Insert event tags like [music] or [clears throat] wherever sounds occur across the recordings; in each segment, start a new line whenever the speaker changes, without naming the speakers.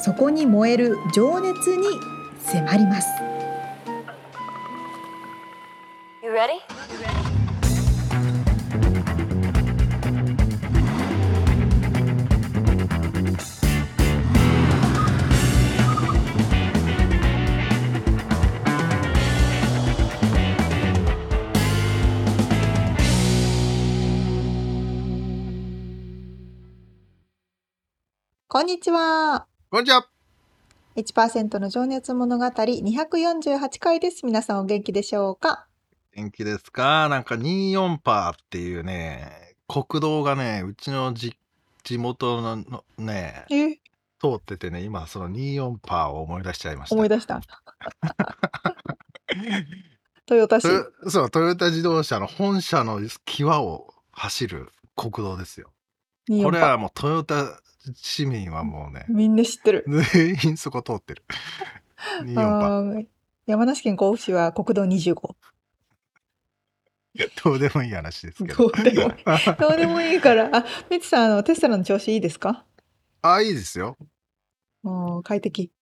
そこに燃える情熱に迫ります
You ready?
こんにちは
こんにちは。
1%の情熱物語248回です皆さんお元気でしょうか
元気ですかなんか24パーっていうね、国道がね、うちのじ地元ののね、
え
通っててね、今その24パーを思い出しちゃいました。
思い出した [laughs] 豊田市
トヨそう、トヨタ自動車の本社の際を走る国道ですよ。
に
これはもうトヨタ市民はもうね、
みんな知ってる
全員そこ通っ
[laughs]
てる。24パー。
あー山梨県甲府市は国道25号
どうでもいい話ですけ
どう
ど。
でも
[laughs]
いいどうでもいいからあみつさんあのテスラの調子いいですか
あ、いいですよ。
もう快適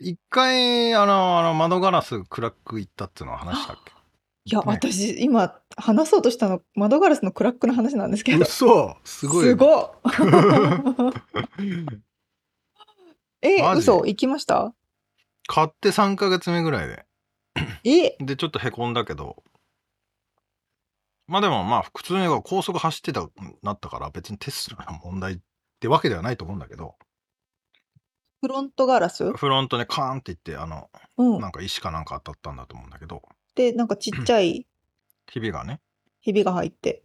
一回、あの、あの窓ガラス暗く行ったっていうのは話したっけ
いや、
ね
私今話そうとしたの窓ガラスのクラックの話なんですけど
嘘すごい。
すごっ
[laughs]
え
マジ
嘘行きました
買って3ヶ月目ぐらいで。
え
で、ちょっとへこんだけど。まあでもまあ、普通に高速走ってた、なったから別にテスラの問題ってわけではないと思うんだけど、
フロントガラスう
フロントにカーンっていって、あの、
ん
なんか石かなんか当たったんだと思うんだけど、
でなんかちっちゃい
ひびがね。
ひびが入って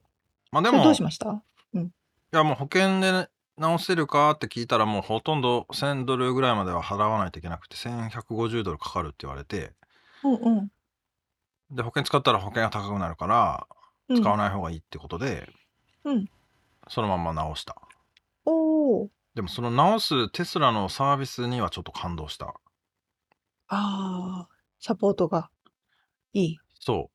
まあで
それど
も、
う
い
しました
やもう保険で直せるかって聞いたらもうほとんど1000ドルぐらいまでは払わないといけなくて、1150ドルかかるって言われて、
うんうん
で、保険使ったら保険が高くなるから、
うん
使わない方がいいってことで、
うん
そのまんま直した
おお
でもその直すテスラのサービスにはちょっと感動した
あーサポートがいい
そ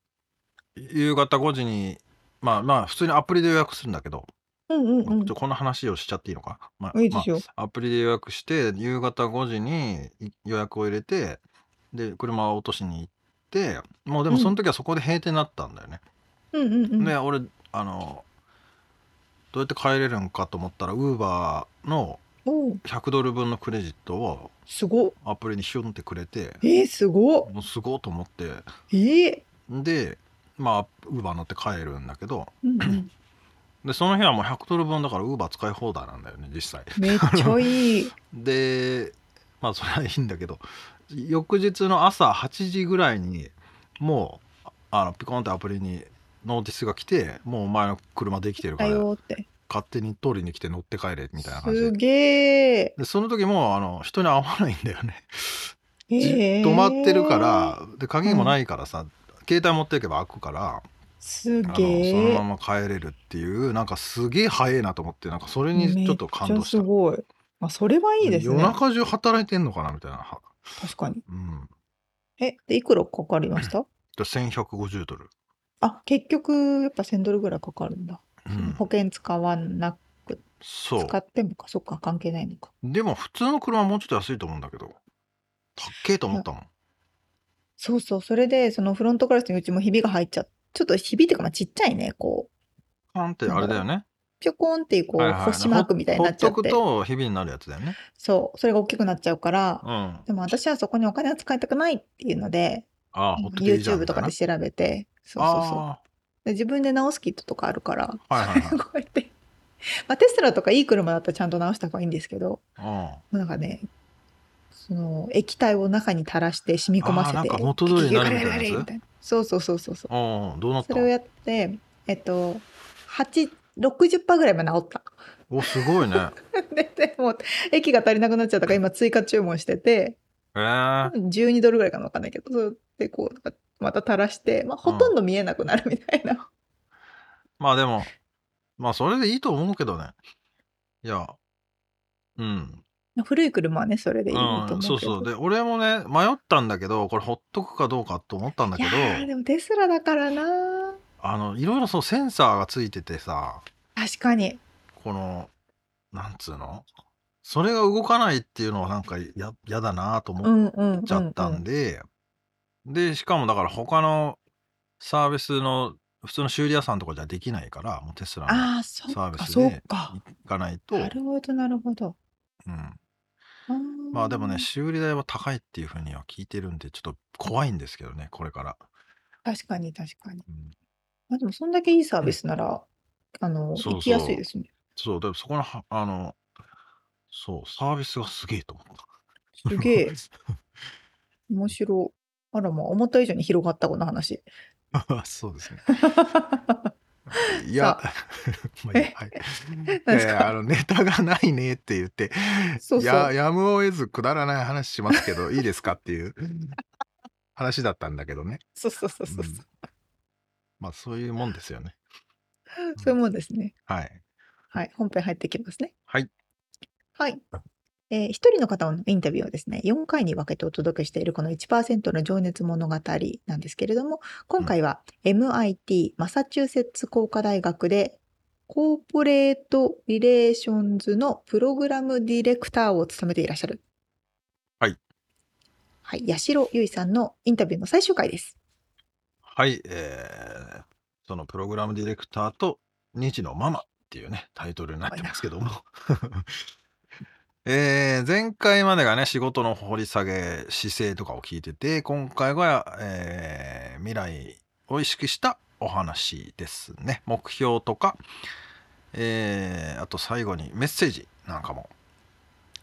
う夕方5時にまあまあ普通にアプリで予約するんだけど、
うんうんうん
ちょこの話をしちゃっていいのか、まあ
いいですよ
まあアプリで予約して夕方5時にい予約を入れてで車を落としに行ってもうでも
うん
その時はそこで閉店になったんだよね、
うんうんうん
で俺あのどうやって帰れるんかと思ったらウーバーの
おー
100ドル分のクレジットを
すごっ
アプリにヒュンってくれて
えー、すごっ
もうすごいと思って
えー
でまあウーバー乗って帰るんだけど
うん
[laughs]
うん、
でその日はもう100ドル分だからウーバー使い放題なんだよね実際
めっちゃいい
でまあそれはいいんだけど翌日の朝8時ぐらいにもうあのピコンってアプリにノーティスが来てもうお前の車できてるか
だ
ら
よーって
勝手に取りに来て乗って帰れみたいな感じ
す
で
げえ
でその時もあの人に会わないんだよねじ
えー
止まってるから、で鍵もないからさ、携帯持っていけば開くから
す
あの
げ
その
え
まま帰れるっていうなんかすげえ早いなと思ってなんかそれにちょっと感動し
めっちゃす
た
ごいあそれはいいです
夜
ね
中中働いてんのかなみたいな、は
確かに
うん、
えでいくらかかりました
で1150ドル、
あ結局やっぱ1000ドルぐらいかかるんだ、
うん
保険使わな
そう
使ってもかそっか関係ないのか
でも普通の車はもうちょっと安いと思うんだけど高っけえと思ったもん
そうそうそれでそのフロントガラスにうちもひびが入っちゃちょっとひびっていうかまあちっちゃいねこう
パンってあれだよね
ピョコンっていうこう、
はいはい
星マークみたいになっちゃっ
ほってとくと日々になるやつだよね
そうそれが大きくなっちゃうから
うんあ
でも私はそこにお金を使いたくないっていうので
あほっとけばいいじゃん
YouTube とかで
み
調べてそ
たいうな
そうそうで自分で直すキットとかあるから、
あーはいはい
[laughs] こうやって、まあ、テスラとかいい車だったらちゃんと直した方がいいんですけど
はい、うん
なんかねその液体を中に垂らして染み込ませて
あーなんか元通りになるみたいなやつ
ガリガリガリガリみたいなそうそうそうそうそう
ああどうなっ
そ
た
れをやってえっと8 60%ぐらいまで治った。 [laughs]
おすごいね
で、でも、液が足りなくなっちゃったから、今追加注文してて、
ええー、
12ドルぐらいかなわかんないけど、それでこう、また垂らして、まあ、ほとんど見えなくなるみたいな。
まあでも、まあそれでいいと思うけどね。いや、うん。
古い車はね、それでいいと思うけど。
うん、そうそう。で、俺もね、迷ったんだけど、これほっとくかどうかと思ったんだ
い
けど、
やーでもテスラだからな
あの、いろいろそうセンサーがついててさ、
確かに。
この、なんつうのそれが動かないっていうのはなんかややだなと
う
思っ
んうん、うん。
ちゃったん
で。
で、で、しかもだから他のサービスの、普通の修理屋さんとかじゃできないから、もうテスラの行
ああ、そっ
サービ
か、
ス
そ
で
っか。
かないと、
なるほど、なるほど。
うん、
あー
まあでもね、修理代は高いっていうふうには聞いてるんで、ちょっと怖いんですけどね、これから。
確かに、確かに。
うん
まあ、でも、そんだけいいサービスなら、あの、
そうそう
行きやすいですね。
そう、でもそこのは、あの、そう、サービスがすげえと思った。
すげえ。面白い。あらまあ、思った以上に広がったこの
[laughs]
話。
[laughs] そうですね。
はい
や
さ、
[laughs] まあいいやはい
何で
い
すか
やいやあのネタがないねって言って、
そうそう
ややむを得ずくだらない話しますけど、 [laughs] いいですかっていう話だったんだけどね。
そうそうそうそう。
うんまあそういうもんですよね。
そういうもんですね。
はい。
はい、本編入ってきますね。
はい。
はい。えー、一人の方のインタビューをですね、4回に分けてお届けしているこの1%の情熱物語なんですけれども、今回は MIT、マサチューセッツ工科大学で、コーポレートリレーションズのプログラムディレクターを務めていらっしゃる。
はい。
はい、八代ゆいさんのインタビューの最終回です。
はい、えーそのプログラムディレクターと2児のママっていうね、タイトルになってますけども。 [laughs] えー前回までがね、仕事の掘り下げ、姿勢とかを聞いてて、今回は、えー未来を意識したお話ですね。目標とか、えーあと最後にメッセージなんかも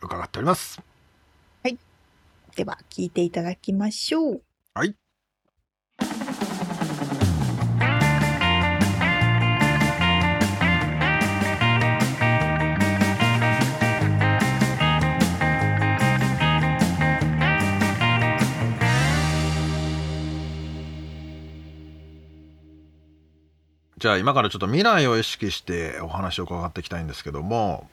伺っております。
では、聞いていただきましょう。
はい。じゃあ今からちょっと未来を意識してお話を伺っていきたいんですけども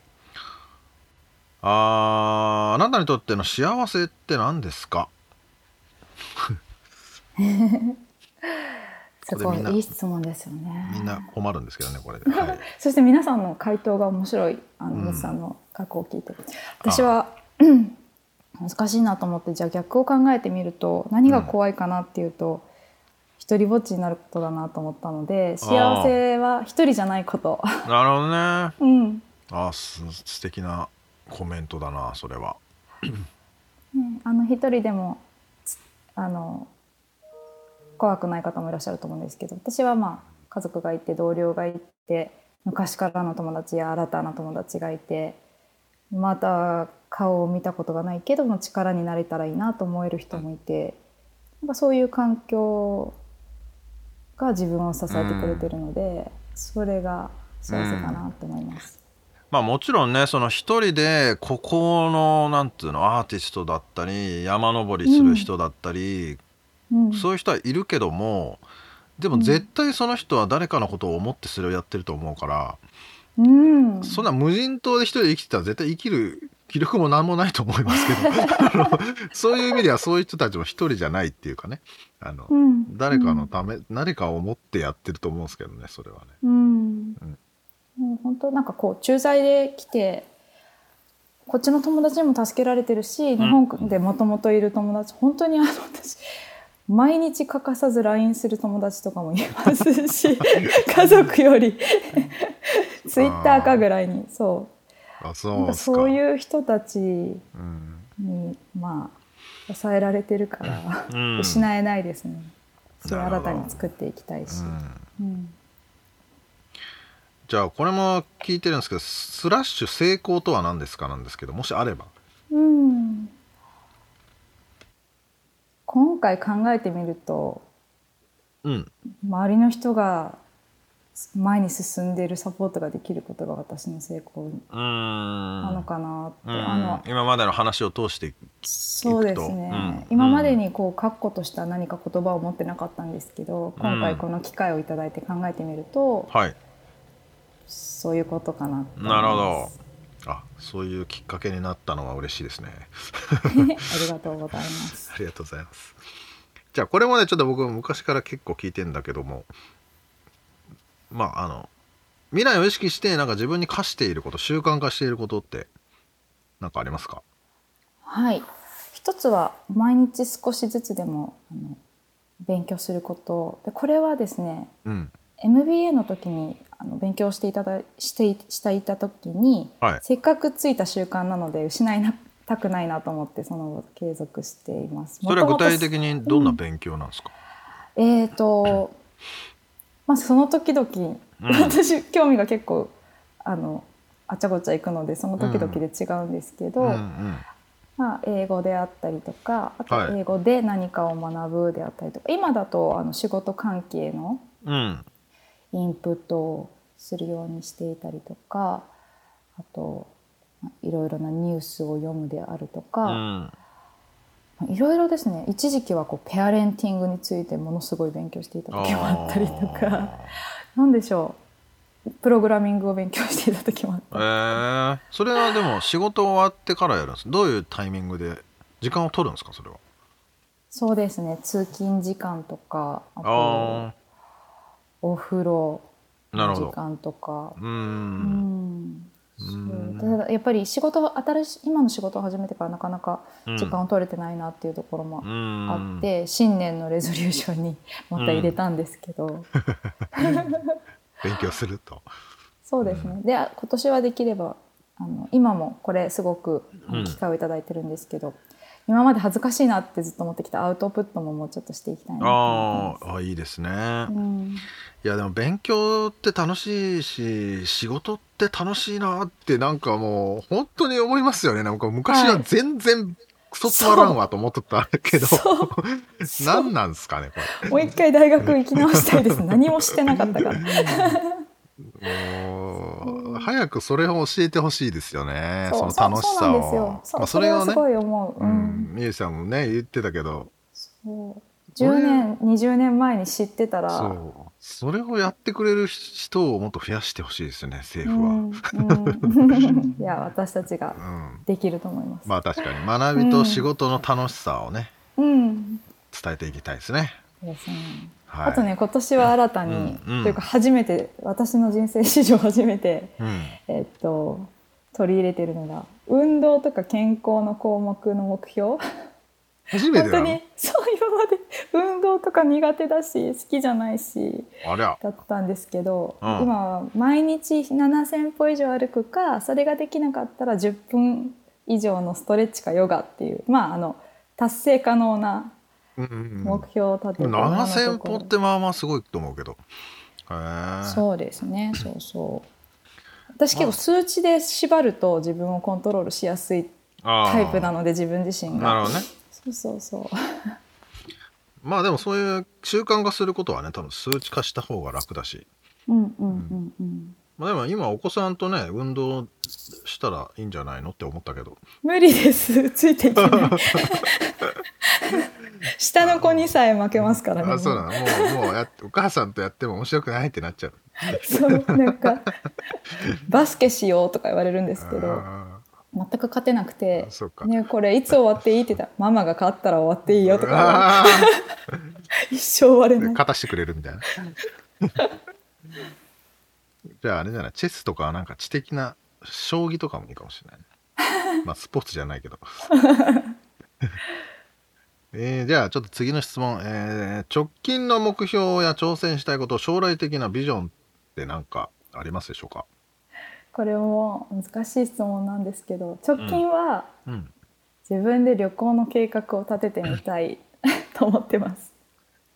あーあなたにとっての幸せって何ですか
す
こ
ご
れみんない
いい質問ですよね。
みんな困るんですけどね、これで。 [laughs] はい、
[laughs] そして皆さんの回答が面白いあの、
うん
みつさんの過去を聞いて私はうん難しいなと思ってじゃあ逆を考えてみると何が怖いかなっていうと、一人ぼっちになることだなと思ったので幸せは一人じゃないこと。 [laughs]
なるほどね。
うん
あ、す素敵なコメントだな、それは。
ねあの一人でもつあの怖くない方もいらっしゃると思うんですけど私はまあ家族がいて同僚がいて昔からの友達や新たな友達がいてまた顔を見たことがないけども力になれたらいいなと思える人もいてなんかそういう環境が自分を支えてくれてるので、それが幸せかなと思います。
まあもちろんね、その一人で、ここの、なんていうの、アーティストだったり、山登りする人だったり、
うん
そういう人はいるけども、でも
うん
絶対その人は誰かのことを思ってそれをやってると思うから、
うん
そんな無人島で一人で生きてたら絶対生きる気力も何もないと思いますけど [laughs] あのそういう意味ではそういう人たちも一人じゃないっていうかねあの、
うん
誰かのため、誰かを思ってやってると思うんですけどねそれはね。
うん
うん
もう本当なんかこう駐在で来てこっちの友達にも助けられてるし日本でもともといる友達本当にあの私毎日欠かさず LINE する友達とかもいま
[laughs]
すし家族より Twitter かぐらいにそう
あ
なん
そう
か
っすか
そういう人たちに
うん
まあ支えられてるから
うん
失えないですね。それ
なる
新
ほど
たに作っていきたいし、
うん
うん
じゃあこれも聞いてるんですけどスラッシュ成功とは何ですかなんですけどもしあれば。
うん今回考えてみると
うん
周りの人が前に進んでいるサポートができることが私の成功
うん
なのかなって、
うん
あの
今までの話を通して
そうです
うん
ね、今までにこう確固とした何か言葉を持ってなかったんですけど今
う
回
ん
この機会をいただいて考えてみると、
はい
そういうことかなって思い
なるほど
ます
あそういうきっかけになったのは嬉しいですね
ありがとうございます
[laughs] ありがとうございますじゃあこれもねちょっと僕昔から結構聞いてんだけどもまああの未来を意識してなんか自分に課していること習慣化していることってなんかありますか
はい一つは毎日少しずつでもあの勉強することでこれはですね
うん
MBA の時にあの勉強していただしていしていた時に、
はい
せっかくついた習慣なので失いなたくないなと思ってその後継続しています。
それは具体
元々
的にどんな勉強なんですか、
えーと、まあその時々、私興味が結構あのあちゃこちゃいくのでその時々で違うんですけど、
うんうん
まあ、英語であったりとかあ
は
と
い
英語で何かを学ぶであったりとか、今だとあの仕事関係の
うん
インプットをするようにしていたりとかあとまあいろいろなニュースを読むであると
う
か、
ん
まあいろいろですね一時期はこうペアレンティングについてものすごい勉強していた時もあったりとかなんでしょうプログラミングを勉強していた時もあっ
え
た、
ー、それはでも仕事終わってからやるんですどういうタイミングで時間を取るんですかそれは
そうですね通勤時間とかあと
あ
お風呂
あなる
の
ほ
時
ど
間とか
うー
うんん
うん
そうただやっぱり仕事を新しい今の仕事を始めてからなかなか
うん
時間を取れてないなっていうところも
うん
あって、新年のレゾリューションに [laughs] また入れたんですけど、
勉強すると
そうですねであ今年はできればあの今もこれすごくあ
うん
の機会をいただいてるんですけど、今まで恥ずかしいなってずっと思ってきたアウトプットももうちょっとしていきたいなと
あ
思
ーあいいですね、
ってます、
いやでも勉強って楽しいし仕事って楽しいなってなんかもう本当に思いますよねなんか昔は
はい
全然クソつまらんわと思っとったんだけど、
そ
何なんですかねこれ
うん、もう一回大学行き直したいです何もしてなかったから
[laughs] もう早くそれを教えてほしいですよねそ
そう
の楽しさ
そうなんですよ
を
そう
まあ
それは
ね
すごい思う、
う
うん
んみゆさんもね言ってたけど
そう10年20年前に知ってたら
そうそれをやってくれる人をもっと増やしてほしいですよね
う
政府は、うん
んうん、 [laughs] いや私たちができると思います、
まあ確かに学びと仕事の楽しさをね、
うん
伝えていきたいですね
そうですね
はい
あとね今年は新たに、
うんうん
というか初めて私の人生史上初めて、 [laughs]
うん
えっと取り入れてるのが運動とか健康の項目の目標
初めて
本当
な
に
の
そう今まで運動とか苦手だし好きじゃないし
ありゃ
だったんですけど、
うん
今は毎日7,000歩以上歩くかそれができなかったら10分以上のストレッチかヨガっていうまああの達成可能な
うんうん
目標を立てて、今のところ
7000歩ってまあまあすごいと思うけどへえ
そうですねそうそう私結構数値で縛ると自分をコントロールしやすいタイプなので自分自身が
なるほどね
そうそうそう
まあでもそういう習慣化することはね多分数値化した方が楽だし、
うんうんうんうん
まあ、でも今お子さんとね運動したらいいんじゃないのって思ったけど
無理ですつい
[laughs]
ていけない下の子にさえ負けますからね
あそうなのもうもうやっお母さんとやっても面白くないってなっちゃう
[laughs] そうなん
[laughs]
かバスケしようとか言われるんですけど
あ
全く勝てなくて
あそうか
ね、これいつ終わっていいって言ったらママが勝ったら終わっていいよとか
あ
一生終われ [laughs]
ーで
ない
勝たしてくれるみたいなじゃああれじゃないチェスとかはなんか知的な将棋とかもいいかもしれないね、
[laughs]
まあスポーツじゃないけど [laughs] えーじゃあちょっと次の質問、えー直近の目標や挑戦したいこと将来的なビジョンって何かありますでしょうか
これも難しい質問なんですけど直近は
うん
自分で旅行の計画を立ててみた
[laughs]
いと思ってます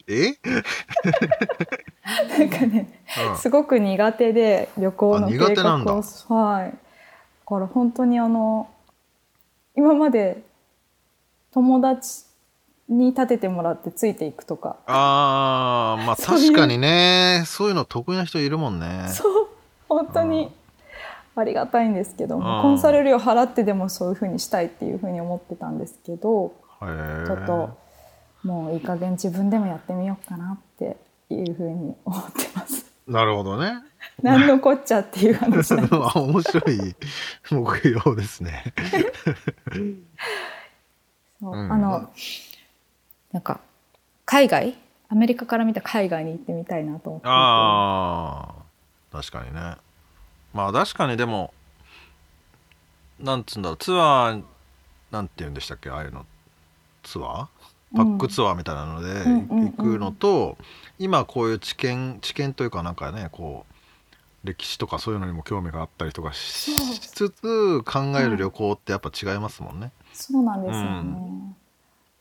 え、
なんかねすごく苦手で旅行の
あ
計
苦手
画
な
を
んだ
はいだから本当にあの今まで友達に立ててもらってついていくとか、
あーまあ
そういう
確かにねそういうの得意な人いるもんね
そう本当にありがたいんですけど、
うん
コンサル料払ってでもそういうふうにしたいっていうふうに思ってたんですけど、
へー
ちょっともういい加減自分でもやってみようかなっていうふうに思ってます。
なるほどね
何のこっちゃっていう話なんです
まあ [laughs] 面白い目標ですね
そう
うん
あのなんか海外アメリカから見た海外に行ってみたいなと思っていて
ああ確かにねまあ確かにでもなんつうんだろうツアーなんて言うんでしたっけああいうのツアーパックツアーみたいなので
うんうんうんうん
行くのと、今こういう知見知見というかなんかねこう歴史とかそういうのにも興味があったりとかし
そう
しつつ考える旅行ってやっぱ違いますもんね。
そうなんですよね、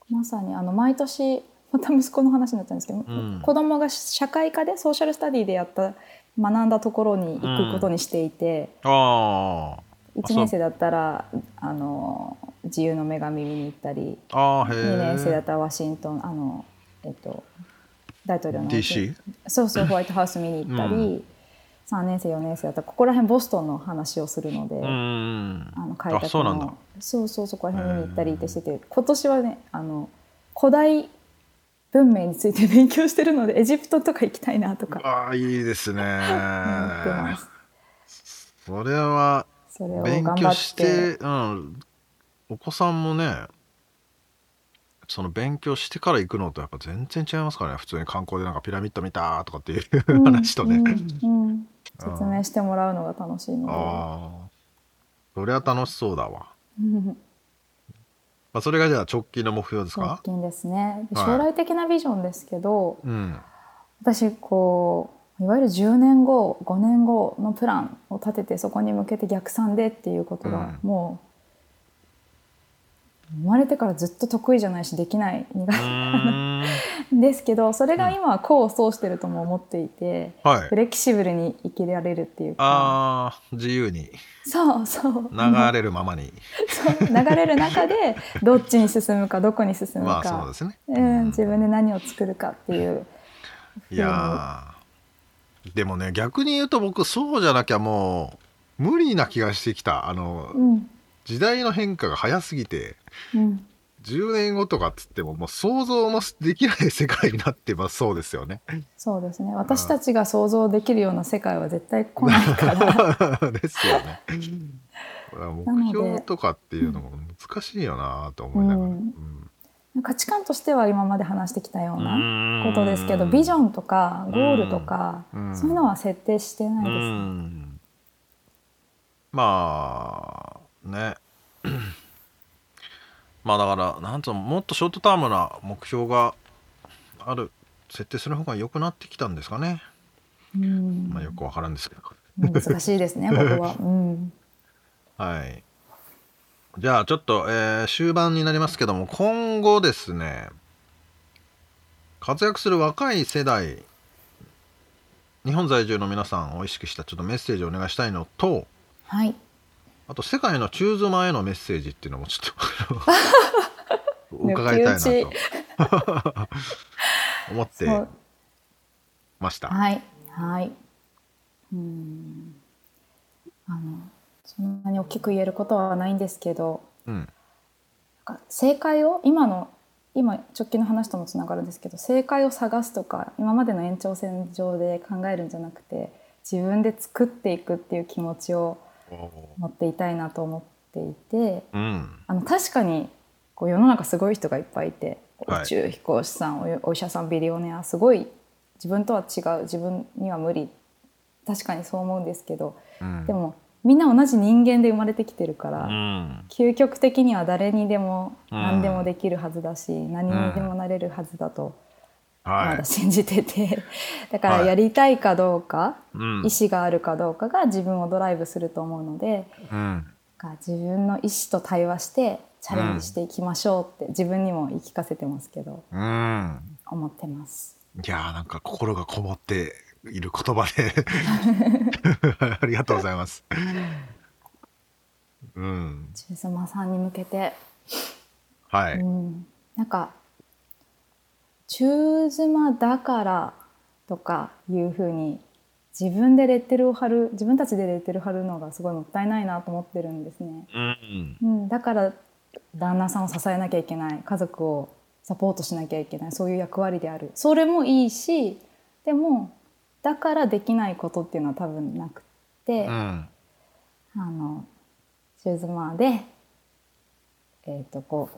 まさにあの毎年また息子の話になっちゃうんですけど、
ん
子供が社会科でソーシャルスタディでやった学んだところに行くことにしていて、
あ
一1年生だったらあの自由の女神見に行ったり
あああへえ。
2年生だったらワシントンあの、えっと、大統領の
DC
そうそうホワイトハウス見に行ったり、
うん
3年生4年生だったらここら辺ボストンの話をするので、
うん
あの開拓の
あそうなんだ
そうそうそこら辺見に行ったりってしてて今年はねあの古代文明について勉強してるのでエジプトとか行きたいなとか
ああいいですね。
思ってます。
それは
それを
勉
頑張
強
っ
してて、うん、お子さんもねその勉強してから行くのとやっぱ全然違いますからね普通に観光でなんかピラミッド見たとかっていう話とね、
うん
[laughs]
うんうん説明してもらうのが楽しいの
ああそれは楽しそうだわ、
で [laughs] うん
まあ、それがじゃあ直近の目標です
最
か
近ですねで
はい
将来的なビジョンですけど、
うん
私こういわゆる10年後5年後のプランを立ててそこに向けて逆算でっていうことが、
う
もう生まれてからずっと得意じゃないしできないう苦
ーん [laughs]
[laughs] 手ですけどそれが今は功を奏してるとも思っていて、
はい
フレキシブルに生きられるっていうか
ああ自由に
そうそう
流れるままに、
[laughs] そう流れる中でどっちに進むかどこに進む
ま
か、
あそうですね、
うん、自分で何を作るかっていう。
いやーでもね逆に言うと僕そうじゃなきゃもう無理な気がしてきたあの、
うん
時代の変化が早すぎて
うん
10年後とかっつってももう想像もできない世界になってばそうです
[laughs]
よね。
そうですね私たちが想像できるような世界は絶対来ないか
[laughs]
ら
ですよね。これは目標とかっていうのも難しいよなと思いながら。
うん価値観としては今まで話してきたような
うん
ことですけどビジョンとかゴールとか
うん
そういうのは設定してないです
う
ね。
んまあね [clears throat] まあだからなんつうのもっとショートタームな目標がある設定する方が良くなってきたんですかね、
うん
まあ、よくわからんですけど
難しいで
[laughs]
すねここは。うん
はいじゃあちょっと、えー終盤になりますけども今後ですね活躍する若い世代日本在住の皆さんを意識したちょっとメッセージをお願いしたいのと、
はい
あと世界の中妻へのメッセージっていうのもちょっと [laughs]
[laughs] 抜き打ち
伺いたいなと思
[laughs]
って
そう
ました。
はいはい。うんあのそんなに大きく言えることはないんですけど
うん、
なんか正解を今の今直近の話ともつながるんですけど正解を探すとか今までの延長線上で考えるんじゃなくて自分で作っていくっていう気持ちを持っていたいなと思っていて
うん、
あの確かにこう世の中すごい人がいっぱいいて
はい
宇宙飛行士さん、おお医者さんビリオネアすごい自分とは違う自分には無理確かにそう思うんですけど
うん、
でもみんな同じ人間で生まれてきてるから。
うん、
究極的には誰にでも
うん
何でもできるはずだし、何にでもなれるはずだとま
は
だ
い、
信じてて、 [laughs] だから
はい
やりたいかどうか、
うん
意、思があるかどうかが自分をドライブすると思うので
うん、
なんか自分の意思と対話してチャレンジしていきましょうって、自分にも言い聞かせてますけど
うん、
思ってます。
いやーなんか心がこもっている言葉で
[laughs]
[laughs] ありがとうございます。うん、
中妻さんに向けて、
はい、
うん、なんか中妻だからとかいうふうに自分でレッテルを貼る自分たちでレッテル貼るのがすごいもったいないなと思ってるんですね、
うん
うん、だから旦那さんを支えなきゃいけない家族をサポートしなきゃいけないそういう役割であるそれもいいしでもだからできないことっていうのは多分なくって、
うん
あの中妻で、えー、とこう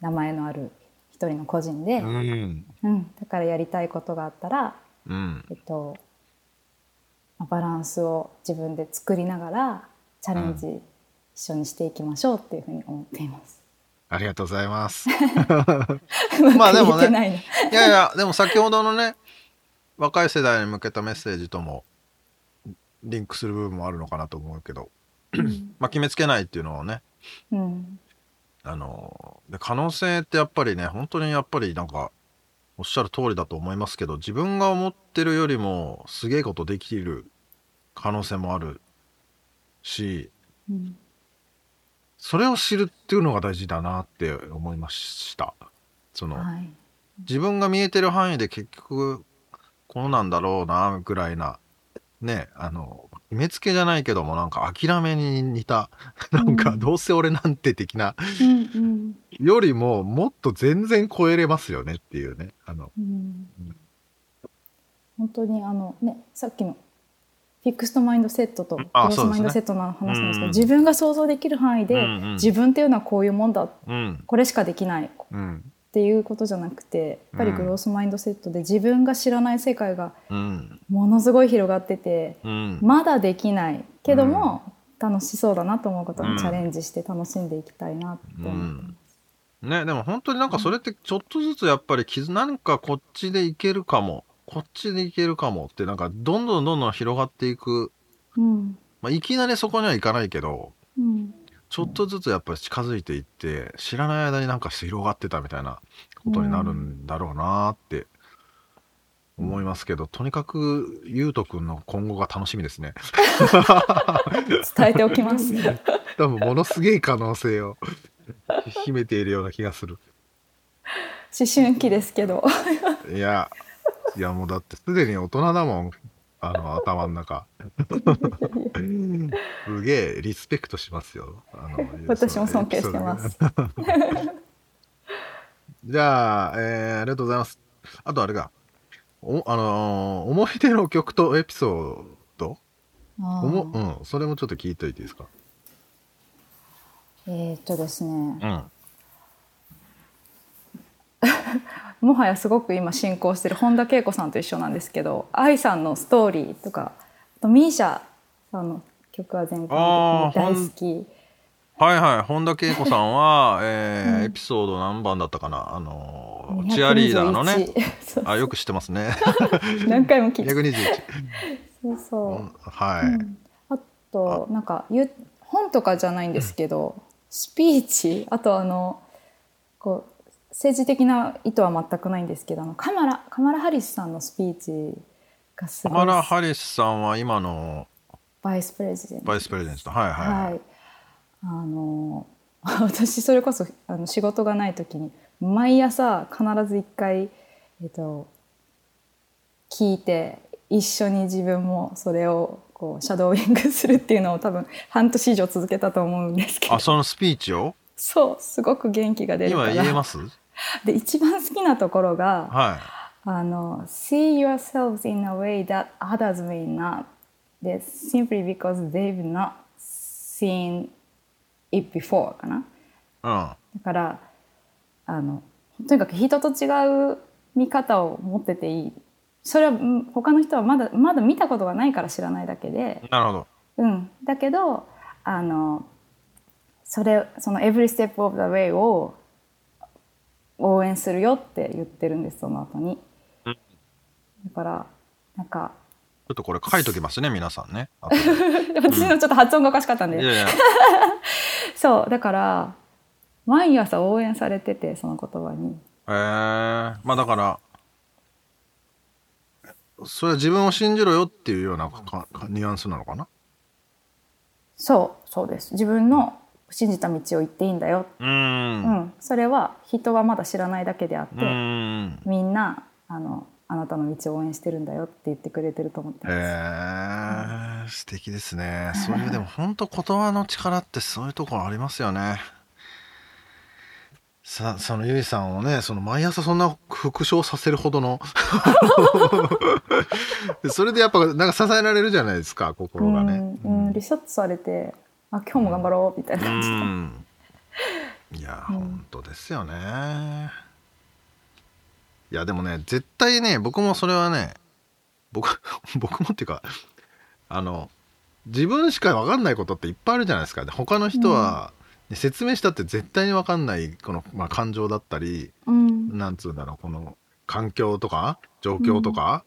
名前のある一人の個人で、
うん
うん、だからやりたいことがあったら、
うん
えっと、まあバランスを自分で作りながらチャレンジ一緒にしていきましょうっていうふうに思っています。
ありがとうございます。ま
ま
あ
あ
で
で [laughs]
も
も
ね
ね。
いやいやでも先ほどのね若い世代に向けたメッセージともリンクする部分もあるのかなと思うけど、まあ、決めつけないっていうのはね
うん、
あので可能性ってやっぱりね本当にやっぱりなんかおっしゃる通りだと思いますけど自分が思ってるよりもすげえことできる可能性もあるし
うん、
それを知るっていうのが大事だなって思いました。その、
はい。
自分が見えてる範囲で結局こうなんだろうなぐらいなねあの決めつけじゃないけどもなんか諦めに似た [laughs] なんか
うん
どうせ俺なんて的な
うんうん
よりももっと全然超えれますよねっていうねあの
うん、本当にあのねさっきのフィックストマインドセットとク
あ
ロス
そうですね
マインドセットの話なんですけど
うん
自分が想像できる範囲で、
うんうん
自分っていうのはこういうもんだ
うん
これしかできないっ
うん
ていうことじゃなくてやっぱりグロースマインドセットで自分が知らない世界が
うん
ものすごい広がってて
うん
まだできないけども、楽しそうだなと思うことにチャレンジして楽しんでいきたいなって思ってます。
ねでも本当になんかそれってちょっとずつやっぱり傷なんかこっちでいけるかもこっちでいけるかもってなんかどんどんどんどん広がっていく、
うん
まあ、いきなりそこにはいかないけど
うん
ちょっとずつやっぱり近づいていって知らない間になんか広がってたみたいなことになるんだろうなーって思いますけど、とにかくゆうとくんの今後が楽しみですね
伝えてお
[laughs]
きます。
多分ものすげえ可能性を [laughs] 秘めているような気がする
思春期ですけど。
いやいやもうだってすでに大人だもんあの頭の
[laughs]
中すげえリスペクトしますよあの
私も尊敬してます。
じゃあ、えーありがとうございます。あとあれが、おあのー思い出の曲とエピソード
あ
お
ー
も、うん、それもちょっと聞いといていいですか。
えーっとですね、
うん。
もはやすごく今進行してる本田恵子さんと一緒なんですけど、愛さんのストーリーとか、あとミーシャさんの曲は全般的に大好き。
はいはい、本田恵子さんは、えー
うん
エピソード何番だったかな、あのーチアリーダーのね。
221。そう [laughs]
あ、よく知ってますね。
何回も聞いて。
221。
そう
う
そう。
ん、はい、
うんあとなんかゆ本とかじゃないんですけど、スピーチあとあのこう政治的な意図は全くないんですけどあのカマラカマラ・ハリスさんのスピーチがす
カ
ご
マ
い
ラ・ハリスさんは今の
バイスプレジデント
バイスプレゼント。はいはい。
はい、あの [laughs] 私それこそあの仕事がない時に毎朝必ず一回、えっと、聞いて一緒に自分もそれをこうシャドーイングするっていうのを多分半年以上続けたと思うんですけど
あ、そのスピーチを
そうすごく元気が出るか
今
ら
言えます
で一番好きなところが
はい。
「あの See yourselves in a way that others may not」で「simply because they've not seen it before」かな。
うん。
だからあのとにかく人と違う見方を持ってていいそれはうん他の人はまだまだ見たことがないから知らないだけで、
なるほど。
うん、だけどあのそれその「every step of the way」を応援するよって言ってるんですその後に。
うん
だからなんか
ちょっとこれ書いときますね、皆さんね。後で
私のちょっと発音がおかしかったんで、
いやい [laughs] や、
そうだから毎朝応援されててその言葉に。
えー、まあだから、それは自分を信じろよっていうようなかかニュアンスなのかな。
そうそうです自分の信じた道を行っていいんだよ、
う
うんん、それは人はまだ知らないだけであって、
うん
みんなあのあなたの道を応援してるんだよって言ってくれてると思ってます。
えー、素敵ですねそういうでも本当言葉の力ってそういうところありますよねさそのゆいさんをねその毎朝そんな復唱させるほど
[laughs]
のそれでやっぱなんか支えられるじゃないですか心がね
うんうん、リセットされてあ今日も頑張ろうみたいな
う
感じ
んい
で、
や、
うん
本当ですよねいやでもね絶対ね僕もそれはね僕 [laughs] 僕もっていうかあの自分しか分かんないことっていっぱいあるじゃないですか他の人は、ね説明したって絶対に分かんないこの、まあ、感情だったり
うん
なんつうんだろうこの環境とか状況とか、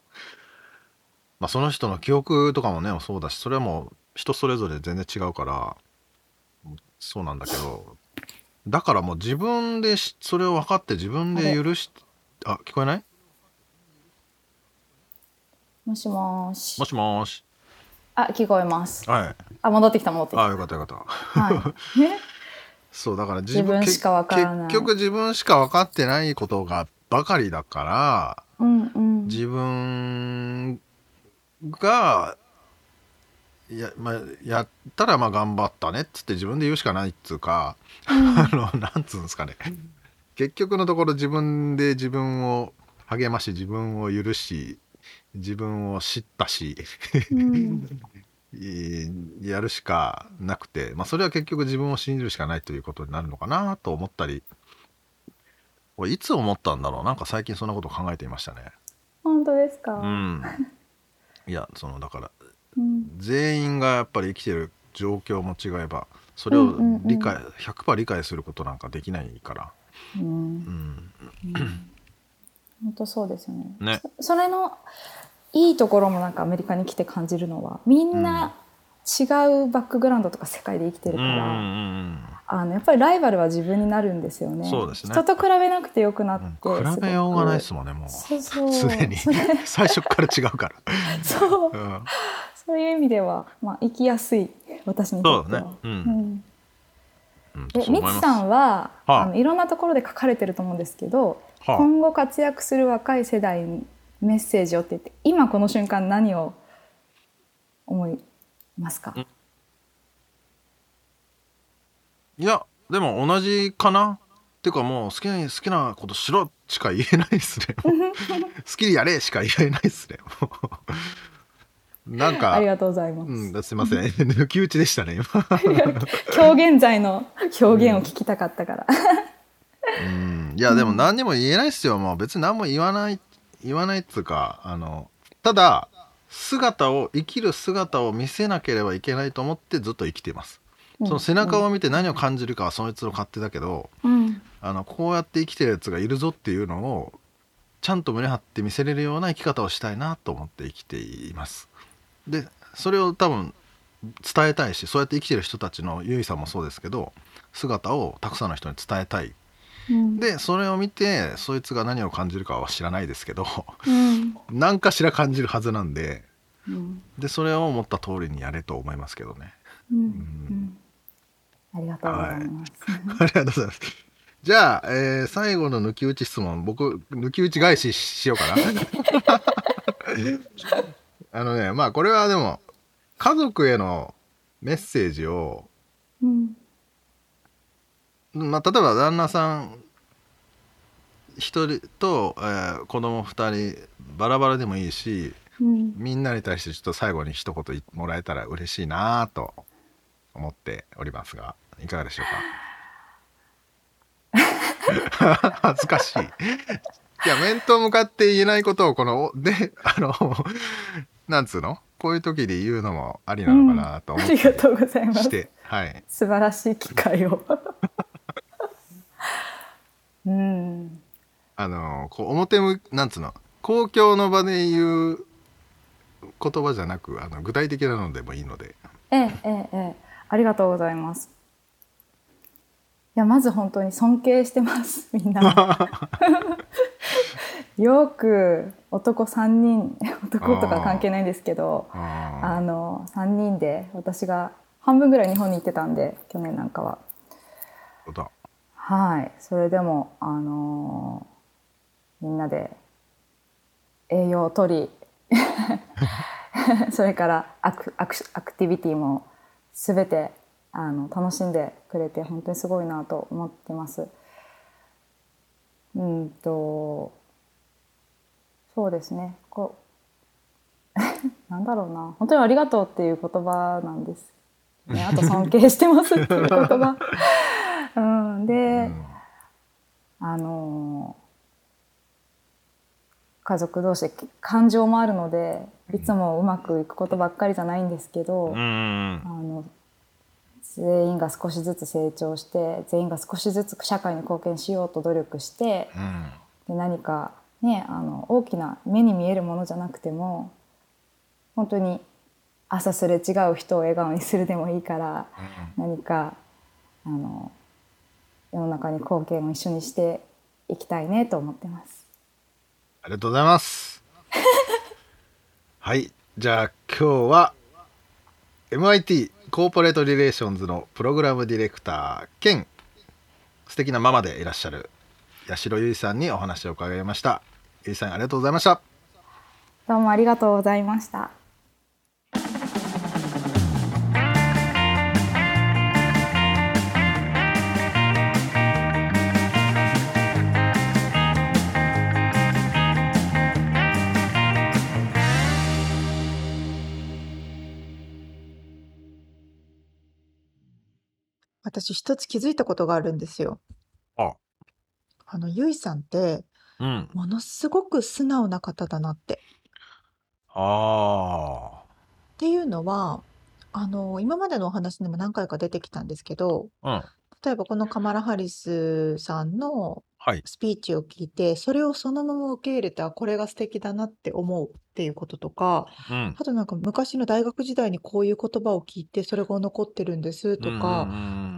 まあ、その人の記憶とかもねそうだしそれはもう人それぞれ全然違うからそうなんだけどだからもう自分でしそれを分かって自分で許しあ聞こえない
もしもーし
もしもーし
あ聞こえます
はい
あ戻ってきた戻ってきた
あよかったよかった [laughs]
はい、ね
そうだから
自分しか分からない
結局自分しか分かってないことがばかりだから
うんうん
自分がや,、まあ、やったらまあ頑張ったねっつって自分で言うしかないっつうか、あのなんつうんですかね結局のところ自分で自分を励まし自分を許し自分を知ったし
うん
やるしかなくて、まあ、それは結局自分を信じるしかないということになるのかなと思ったりこれいつ思ったんだろうなんか最近そんなことを考えていましたね。
本当ですか、
うん、いやそのだから
うん
全員がやっぱり生きてる状況も違えばそれを理解、100%理解することなんかできないから、
うん
うん、
本当そうですよね
ね
そそれのいいところもなんかアメリカに来て感じるのはみんな違うバックグラウンドとか世界で生きてる
うんう
か
ん
ら、
うん
あのやっぱりライバルは自分になるんですよね
そうですね
人と比べなくてよくなって、
うん比べようがないですもんねもう
すごくそう
す
そう
でに
それ
[laughs] 最初から違うから、
そう
うん、
そういう意味では、まあ、生きやすい私にとっては
そうだねうん
ん
うん
で
そう
ミ
思いま
ツ
す
さんは、
はい
あ、のいろんなところで書かれてると思うんですけど、
はあ
今後活躍する若い世代にメッセージをって言って今この瞬間何を思いますか、
いやでも同じかなっていうかもう好きな好きなことしろしか言えないですね
[laughs]
好きでやれしか言えないですねもうなんか
ありがとうございます、
うん、すいません [laughs] 抜き打ちでしたね今
今日現在の表現を聞きたかったから、
うんいやでも何にも言えないっすよもう別に何も言わない言わないっつうかあのただ姿を生きる姿を見せなければいけないと思ってずっと生きています、その背中を見て何を感じるかはそいつの勝手だけど、
うん
あのこうやって生きてるやつがいるぞっていうのをちゃんと胸張って見せれるような生き方をしたいなと思って生きていますでそれを多分伝えたいしそうやって生きてる人たちのゆいさんもそうですけど姿をたくさんの人に伝えたい
うん
でそれを見てそいつが何を感じるかは知らないですけど [laughs]
うん
何かしら感じるはずなんで
うん
でそれを思った通りにやれと思いますけどね
うんうんありがとうございます、
ありがとうございますじゃあ、えー最後の抜き打ち質問僕抜き打ち返ししようかな [laughs] あのねまあこれはでも家族へのメッセージを、
うん
まあ、例えば旦那さん1人と、えー子供2人バラバラでもいいし
うん
みんなに対してちょっと最後に一言いもらえたら嬉しいなぁと思っておりますがいかがでしょう
[laughs]
か恥ずかしいいや面と向かって言えないことをこのおであのなんつうのこういう時で言うのもありなのかなと思
あ
っ
りが
て、
とうございます
してはい
素晴らしい機会をうん
あのこう表向なんつうの公共の場で言う言葉じゃなくあの具体的なのでもいいので
ええええええありがとうございますいやまず本当に尊敬してます [laughs] みんなよく男3人男とか関係ないんですけど
うん
あの3人で私が半分ぐらい日本に行ってたんで去年なんかは
ことだ
はい、それでも、あのーみんなで栄養をとり [laughs] それからアクアクシアクティビティも全てあの楽しんでくれて本当にすごいなと思ってます。うんとそうですねこう [laughs] なんだろうな本当にありがとうっていう言葉なんです、ね、あと尊敬してますっていう言葉。うん、で、
うん
あのー家族同士で感情もあるのでいつもうまくいくことばっかりじゃないんですけど、
うんう
あ
ん
の全員が少しずつ成長して全員が少しずつ社会に貢献しようと努力して
うん
で何か、ね、あの大きな目に見えるものじゃなくても本当に朝すれ違う人を笑顔にするでもいいから何かあの世の中に貢献を一緒にしていきたいねと思ってます。
ありがとうございます。はい。じゃあ今日は MIT コーポレートリレーションズのプログラムディレクター兼素敵なママでいらっしゃる八代ゆいさんにお話を伺いました。ゆいさんありがとうございました。
どうもありがとうございました。
私一つ気づいたことがあるんですよ。
あ
あの、ゆいさんって、
うん。
ものすごく素直な方だなって。
あ
っていうのは、あの、今までのお話にも何回か出てきたんですけど、
あ。うん。
例えばこのカマラ・ハリスさんの
はい。
スピーチを聞いて、それをそのまま受け入れて、あ、これが素敵だなって思うっていうこととか、
うん。
あとなんか昔の大学時代にこういう言葉を聞いて、それが残ってるんですとか、
か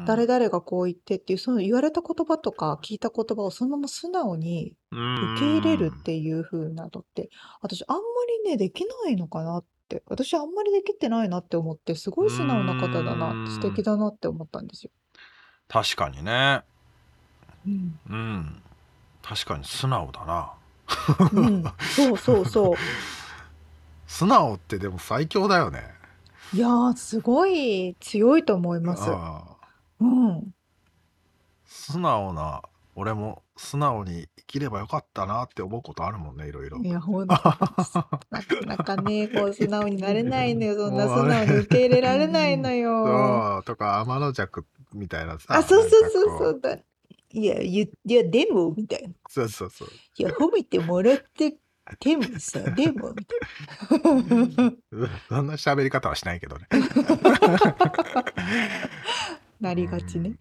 誰々がこう言ってっていう、その言われた言葉とか聞いた言葉をそのまま素直に受け入れるっ。ていう風なのって、私あんまりね、できないのかなって、私あんまりできてないなって思って、すごい素直な方だ
う
な、
ん
素敵だなって思ったんですよ。
[laughs] 確かにね。
うん、
うん。確かに素直だな。
うん、そうそうそう。
素直ってでも最強だよね。
いやー、すごい強いと思います。
ああ
うん。
素直な俺も素直に生きればよかったなって思うことあるもんねいろいろ
い。や、ほんと、なかなかね、こう素直になれないのよ。そんな
もう
素
あれ
直に受け入れられないのよ。
[laughs] そうとか天の弱みたいなさ
あ、そうそうそうそ
なんかこ
うだ。いや、ゆいや、でも、みたいな。
そうそうそう [laughs]
いや、褒めてもらって、でもさ、でも、みたいな。 [laughs]
うんそんな喋り方はしないけどね
なりがちね。
うん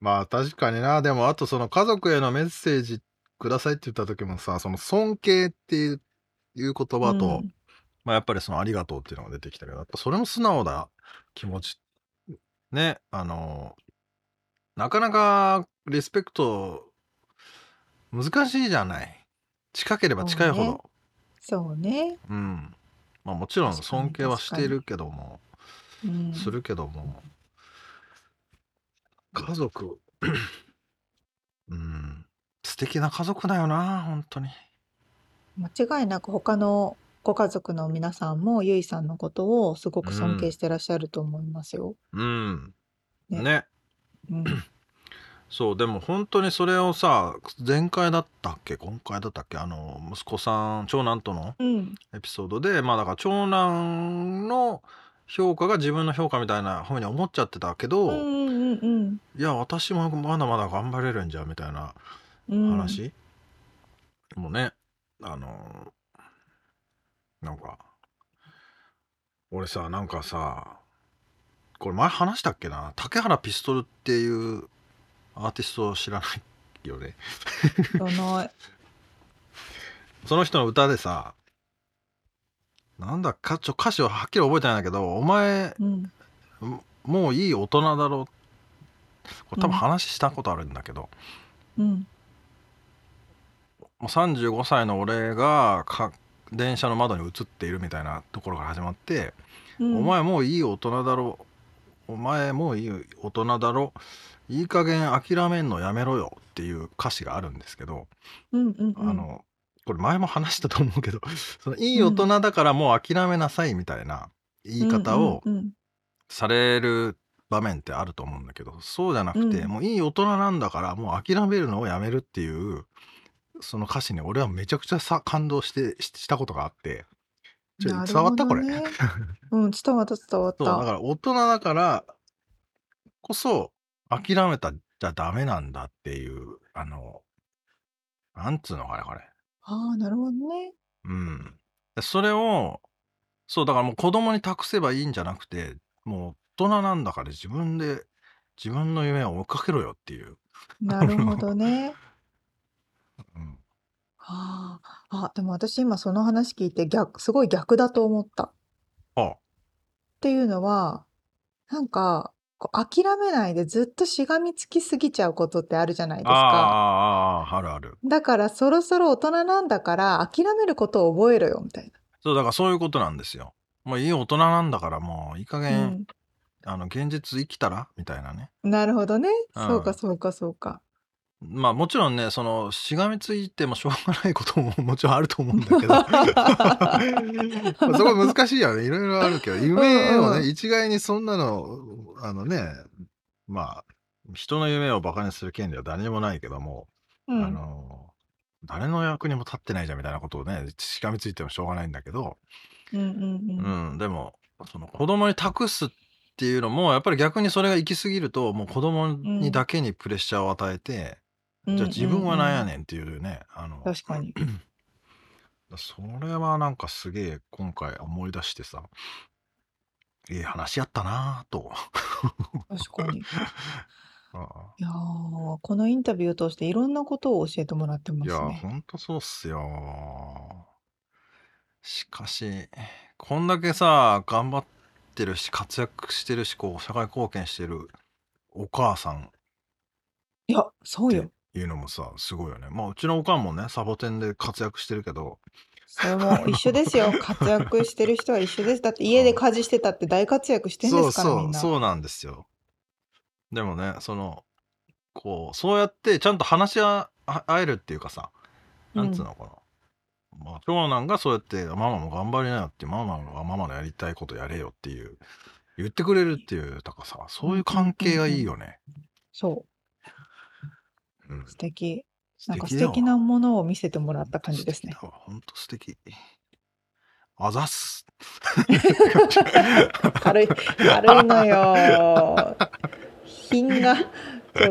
まあ確かになでもあとその家族へのメッセージくださいって言った時もさその尊敬っていう言葉と、
うん
まあ、やっぱりその「ありがとう」っていうのが出てきたけどやっぱそれも素直な気持ちねあのなかなかリスペクト難しいじゃない近ければ近いほど
そうねそうね。
うんまあ、もちろん
確かに
尊敬はしているけども
うん。
するけども家族うん素敵な家族だよな本当に
間違いなく他のご家族の皆さんもゆいさんのことをすごく尊敬してらっしゃると思いますよ。
うん
ね
ね
うん、
そうでも本当にそれをさ前回だったっけ今回だったっけあの息子さん長男との
うん、
エピソードでまあだから長男の評価が自分の評価みたいなふうに思っちゃってたけど、
うん、うん、うん、
いや私もまだまだ頑張れるんじゃみたいな
うん、
話、もうねあのなんか俺さなんかさこれ前話したっけな竹原ピストルっていうアーティストを知らないよね
知らない。
その人の歌でさなんだかちょ歌詞をはっきり覚えてないんだけど「お前
うん、
もういい大人だろ」これ多分
うん
話したことあるんだけど、
うん、
もう35歳の俺がか電車の窓に映っているみたいなところから始まって「
うん、
お前もういい大人だろお前もういい大人だろいい加減諦めんのやめろよ」っていう歌詞があるんですけど、
うんうんうん
あのこれ前も話したと思うけど [laughs] そのいい大人だからもう諦めなさいみたいな言い方を
うんうんうん
される場面ってあると思うんだけどそうじゃなくて、
うん
もういい大人なんだからもう諦めるのをやめるっていうその歌詞に俺はめちゃくちゃさ感動してししたことがあってちょ
なる
伝わ
ほ
った
ど
これ
ねうん伝わった伝わっ
そうだか
た
ら大人だからこそ諦めたじゃダメなんだっていうあのなんつうのかなこれ
ああなるほど
[laughs]
ね
うん、それをそうだからもう子供に託せばいいんじゃなくてもう大人なんだから自分で自分の夢を追いかけろよっていう、
なるほどね
うん、
あーあでも私今その話聞いて逆すごい逆だと思ったっ
あ
ていうのはなんかこう諦めないでずっとしがみつきすぎちゃうことってあるじゃないです
ああ
か
あああるある
だからそろそろ大人なんだから諦めることを覚えろよみたい
そうだからそういうことなんですよもういい大人なんだからもういい加
な、
減、あの現実生きたらみたいなね
うん、なるほどね、
うん
そうかそうかそうか
まあもちろんねそのしがみついてもしょうがないことも [laughs] もちろんあると思うんだけど [laughs] そこ難しいよねいろいろあるけど夢をね、
うんうん
一概にそんなのあのねまあ人の夢をバカにする権利は誰にもないけども、
うん
あの誰の役にも立ってないじゃんみたいなことをねしがみついてもしょうがないんだけど、
うんうんうん
うん、でもその子供に託すっていうのもやっぱり逆にそれが行き過ぎるともう子供にだけにプレッシャーを与えて、
うん
じゃあ自分はなんや
ん
ねんっていうね、あの
確かに
それはなんかすげえ今回思い出してさいい話やったなぁと
[laughs] 確かに
あ
いやーこのインタビューを通していろんなことを教えてもらって
あ
ま
い
す
や
ね
ほんとそうっすよしかしこんだけさ頑張ってるし活躍してるしこう社会貢献してるお母さん
いやそうよ
いうのもさすごいよねまあうちのおかんもねサボテンで活躍してるけど
それも一緒です
[laughs]
よ活躍してる人は一緒ですだって家で家事してたって大活躍してんですから
そうそう
みんな
そうなんですよでもねそのこうそうやってちゃんと話し合合えるっていうかさなんつうのかな、まあ、長男がそうやって「ママも頑張りなよ」って「ママはママのやりたいことやれよ」っていう言ってくれるっていうだからさそういう関係がいいよね、
そ
うん
う素敵なんか素
敵だわ
敵なものを見せてもらった感じですね
[laughs] 素敵だわほんと素敵あざっす
軽い軽いのよ品がちょっ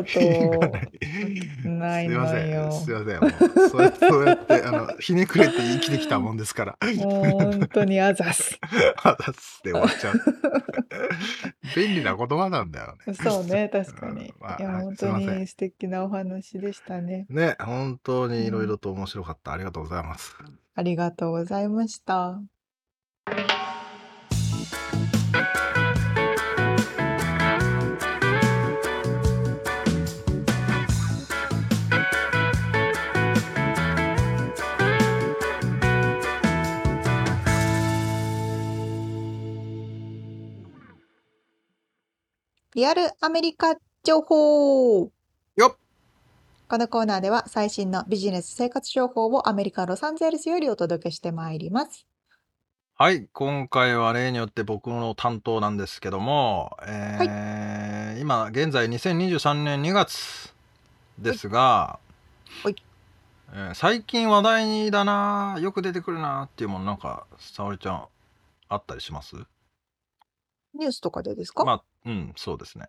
とない
すいま
の
せ
よ
んすいませんもうそうやってそうやってあのひねくれて生きてきたもんですから
もう本当にあざす
あざっすで終わっちゃう便利な言葉なんだよね
そうね確かに、
うん [laughs] まあ
いや
はい
本
すい
当
ません
に素敵なお話でしたね
ね本当にいろいろと面白かった、ありがとうございます
ありがとうございましたリアルアメリカ情報
よっ
このコーナーでは最新のビジネス生活情報をアメリカ・ロサンゼルスよりお届けしてまいります。
はい今回は例によって僕の担当なんですけども、えー今現在2023年2月ですが、
はい
えー最近話題だなよく出てくるなっていうものなんか沙織ちゃんあったりします
ニュースとかでですか、
まあうんそうですね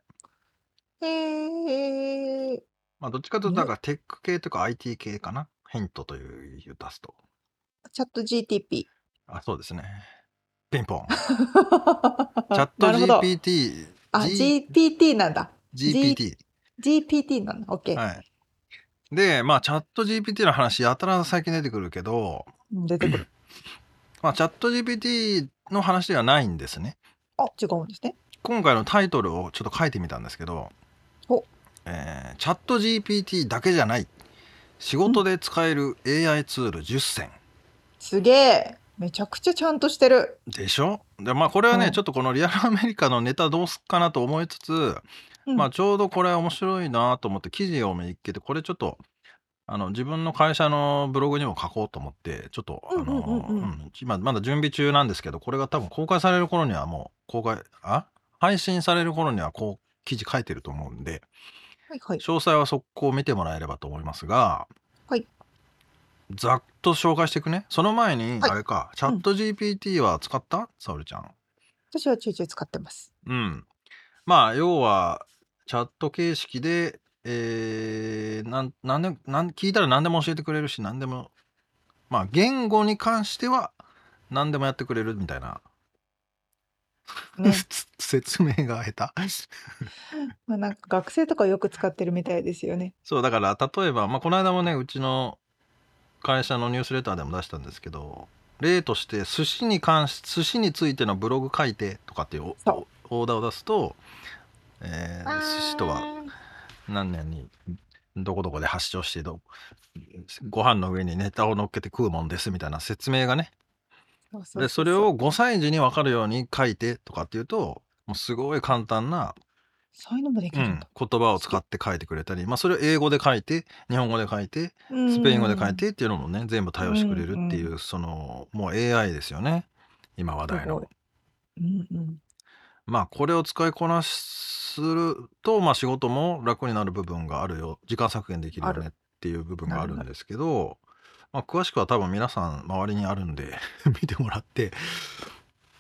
えー、
まあどっちかというと
ね
なんかテック系とか IT 系かなヒントという言う出すと
チャット GTP。
あそうですねピンポ
[laughs]
ンチ
チ
ャ
ャ
ット
GPT。
GPT
あ、GPT なんだ。
GPT
GPT なんだ。OK。
はい。で、まあ、チャット GPT の話、やたら最近出てくるけど、
うん出てくる。
まあ、チャット GPT の話ではないんですね。
あ、違うんですね。
今回のタイトルをちょっと書いてみたんですけど
お、
えーチャット GPT だけじゃない、仕事で使える AI ツール10選
すげえ。めちゃくちゃちゃんとしてる。
でしょでまあこれはね、
はい
ちょっとこのリアルアメリカのネタどうすっかなと思いつつ、
うん
まあちょうどこれ面白いなと思って記事を見っけてこれちょっとあの自分の会社のブログにも書こうと思ってちょっとあ
うんうん
の
うんうん
うん今まだ準備中なんですけどこれが多分公開される頃にはもう公開あ配信される頃にはこう記事書いてると思うんで
はいはい。
詳細は速攻見てもらえればと思いますが、
はい
ざっと紹介していくねその前に
はい
あれか、チャット GPT は使った沙織ちゃん
私はちょいちょい使ってます。
うん。まあ、要は、チャット形式で、えー、なん、なんで、なん、聞いたら何でも教えてくれるし、何でも、まあ、言語に関しては、何でもやってくれるみたいな、
ね
[laughs] 説明が下手。
まあなんか学生とかよく使ってるみたいですよね。
そう、だから、例えば、まあ、この間もね、うちの会社のニュースレターでも出したんですけど、例として、寿司に関し、寿司についてのブログ書いてとかっていうお
そ
おオーダーを出すと、えー、寿司とは何年にどこどこで発祥してどご飯の上にネタを乗っけて食うもんですみたいな説明がね
そうそううう
でそれを5歳児に分かるように書いてとかっていうともうすごい簡単な、
そういうのもでき
う
るん
ん
だ。
言葉を使って書いてくれたり、まあ、それを英語で書いて日本語で書いて
うん
スペイン語で書いてっていうのもね全部対応してくれるっていううそのもう AI ですよね今話題
すご
の
い。うんうん。
まあこれを使いこなしすると、まあ、仕事も楽になる部分があるよ時間削減できるよ
あ
ねっていう部分がある
なる
ん
な
ですけど、まあ、詳しくは多分皆さん周りにあるんで [laughs] 見てもらって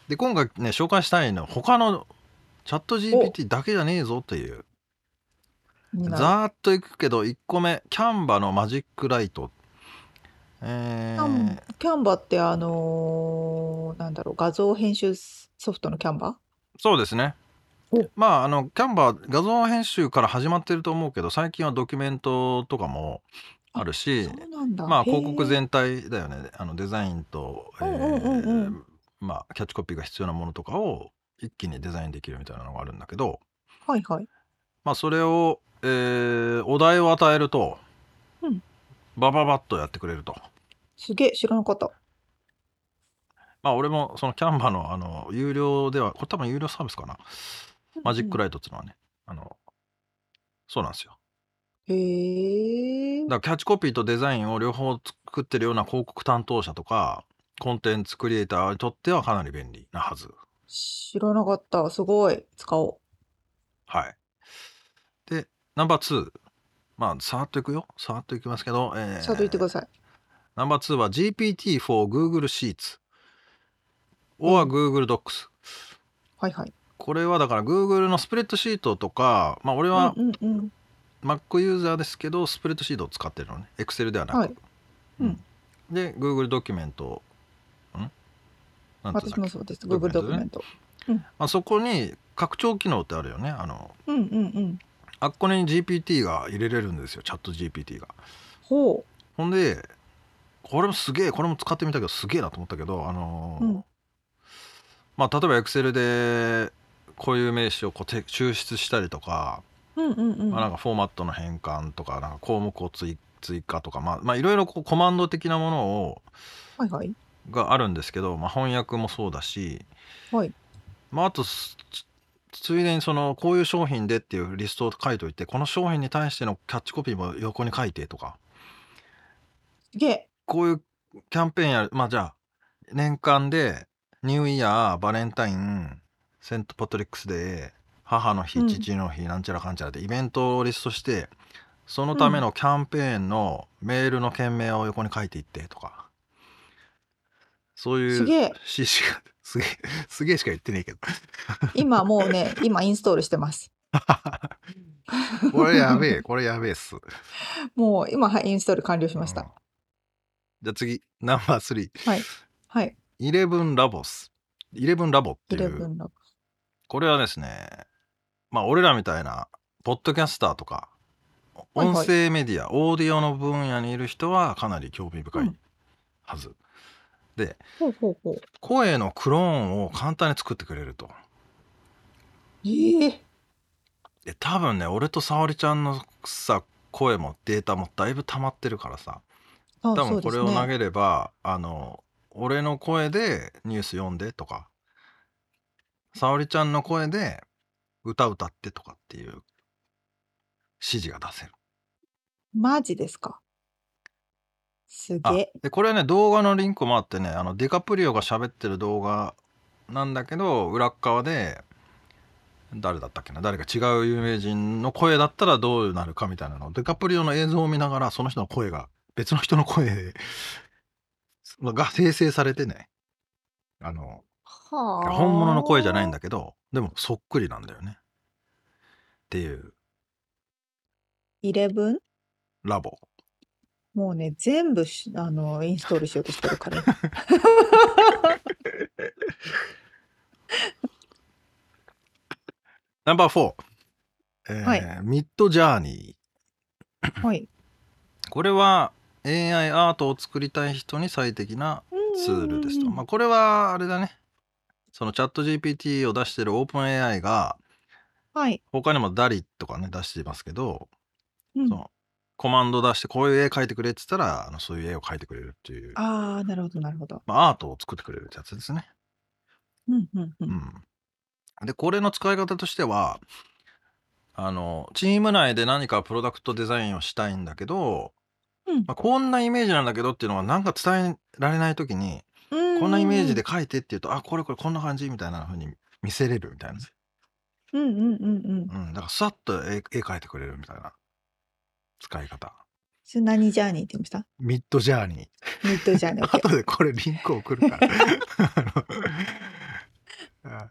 で今回ね紹介したいのは他のチャット GPT だけじゃねえぞという
になる
ざーっといくけど1個目キャンバのマジックライト。え
キャン
ー、
キャンバってあのーなんだろう画像編集ソフトのキャンバ
そうですね
お。
まああのキャンバー画像編集から始まってると思うけど最近はドキュメントとかもあるし
そうなんだ
まあ広告
へー
全体だよねあのデザインと、え
うんうんうんうん
ーまあキャッチコピーが必要なものとかを一気にデザインできるみたいなのがあるんだけど、
はいはい
まあ、それを、えーお題を与えると、
うん
バババッとやってくれると。
すげえ知らなかった
まあ俺もそのキャンバーのあの有料ではこれ多分有料サービスかなマジックライトっていうのはね、あのそうなんですよ
へえ
だからキャッチコピーとデザインを両方作ってるような広告担当者とかコンテンツクリエイターにとってはかなり便利なはず
知らなかったすごい使お
はいでナンバー2まあさーっといくよさーっといきますけど、えー
うちゃんと言ってください
ナンバー2は GPT4Google Sheets or Google Docs
はいはい
これはだから Google のスプレッドシートとかまあ俺は
うんうんうん
Mac ユーザーですけどスプレッドシートを使ってるのね Excel ではなく、
はいうん
で Google ドキュメントんなんていうんだっ
私
け
もそうです
ドキ
Google ドキュ
ュメ
メン
ン
ト
まあ、そこに拡張機能ってあるよねあの
うんうんうん
あっこに GPT が入れれるんですよチャット GPT が
ほ
ほんでこれもすげえこれも使ってみたけどすげえなと思ったけどあのー
うん
まあ例えば Excel でこういう名詞をこうて抽出したりとか
ううんうんうん
まあ、なんかフォーマットの変換とかなんか項目を追追加とかまあまあいろいろこうコマンド的なものを
はいはい
があるんですけど、まあ、翻訳もそうだし、
はい
まあ、あとすつついでにそのこういう商品でっていうリストを書いといてこの商品に対してのキャッチコピーも横に書いてとか
すげえ
こういうキャンペーンやるまあじゃあ年間でニューイヤーバレンタインセントパトリックスデー母の日、
うん
父の日なんちゃらかんちゃらってイベントをリストしてそのためのキャンペーンのメールの件名を横に書いていってとかそうい
す
う
げえ
ししか [laughs] すげえすげえしか言ってねえけど
今もう
[laughs]
ね今インストールしてます
これや
[laughs]
べえこれやべえっす
もう今はいインストール完了しまし
うん
た
じゃあ次ナンバー
はい
311ラボス11ラボっていう
11の
これはですねまあ俺らみたいなポッドキャスターとか
はいはい
音声メディア、オーディオの分野にいる人はかなり興味深いはず、
ほうほうほう
声のクローンを簡単に作ってくれると
ええ
で多分ね俺と沙織ちゃんのさ声もデータもだいぶ溜まってるからさ
あ
多
そう
分
で
こ
す
れを投
ね
げれば、あの俺の声でニュース読んでとか沙織ちゃんの声で歌歌ってとかっていう指示が出せる。
マジですか。すげ
あ
え。
でこれはね動画のリンクもあってねあのディカプリオが喋ってる動画なんだけど裏っ側で誰だったっけな誰か違う有名人の声だったらどうなるかみたいなのをディカプリオの映像を見ながらその人の声が別の人の声で [laughs] が生成されてねあの
はあ。
本物の声じゃないんだけどでもそっくりなんだよねっていう
イレブン
ラボ
もうね、全部しあのインストールしようとしてる
[laughs]
から。
ナンバー4、えー
はい
ミッドジャーニー
はい。
これは AI アートを作りたい人に最適なツールですと。まあ、これはあれだね。そのチャット GPT を出してるオープン AI が
はい。
他にもダリとかね出していますけど、
うん
そのコマンド出してこういう絵描いてくれって言ったらあのそういう絵を描いてくれるっていう
ああ、なるほど、なるほど。
まあ、アートを作ってくれるってやつですね。
うんうんう。
うんん、でこれの使い方としてはあのチーム内で何かプロダクトデザインをしたいんだけど、
うん
まあ、こんなイメージなんだけどっていうのはなんか伝えられない時にこんなイメージで。書いてって言うと、あ、これこれこんな感じみたいな風に見せれるみたいなね。
うんうんうんうん。
うん。だからさっと絵絵描いてくれるみたいな使い方。
それ何ジャーニーって言いました
ミッドジャーニー。
ミッドジャーニー。
[laughs] 後
OK
でこれリンク送
[laughs]
るから。あ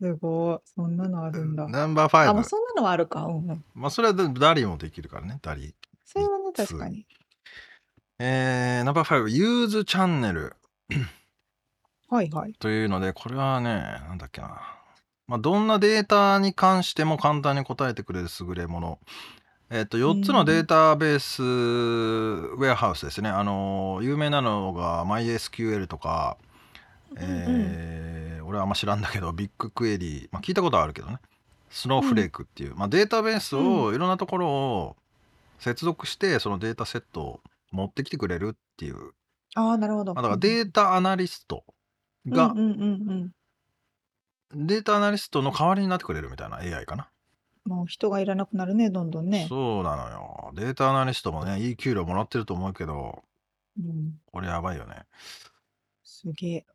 すごい。そんなのあるんだ
の。ナンバー
あ、もう
5。
そんなのはあるか。うんうん。
まあそれはダリもできるからね、ダリ。
それはね、確かに。
えー、ナンバー5、ユーズチャンネル
はいはい。
というので、これはね、なんだっけな。まあ、どんなデータに関しても簡単に答えてくれる優れもの。えっと4つのデータベースウェアハウスですね、あの有名なのが MySQL とか、えー俺はあんま知らんだけどビッグクエリー、まあ、聞いたことはあるけどねスノーフレークっていう、まあ、データベースをいろんなところを接続してそのデータセットを持ってきてくれるっていう、
ああ、なるほど。
まあ、だからデータアナリストが
うんうんうん
データアナリストの代わりになってくれるみたいな AI かな。
うん。もう人がいらなくなるね、どんどんね。
そうなのよ。データアナリストもね、いい給料もらってると思うけど、
うん。
これやばいよね。
すげえ。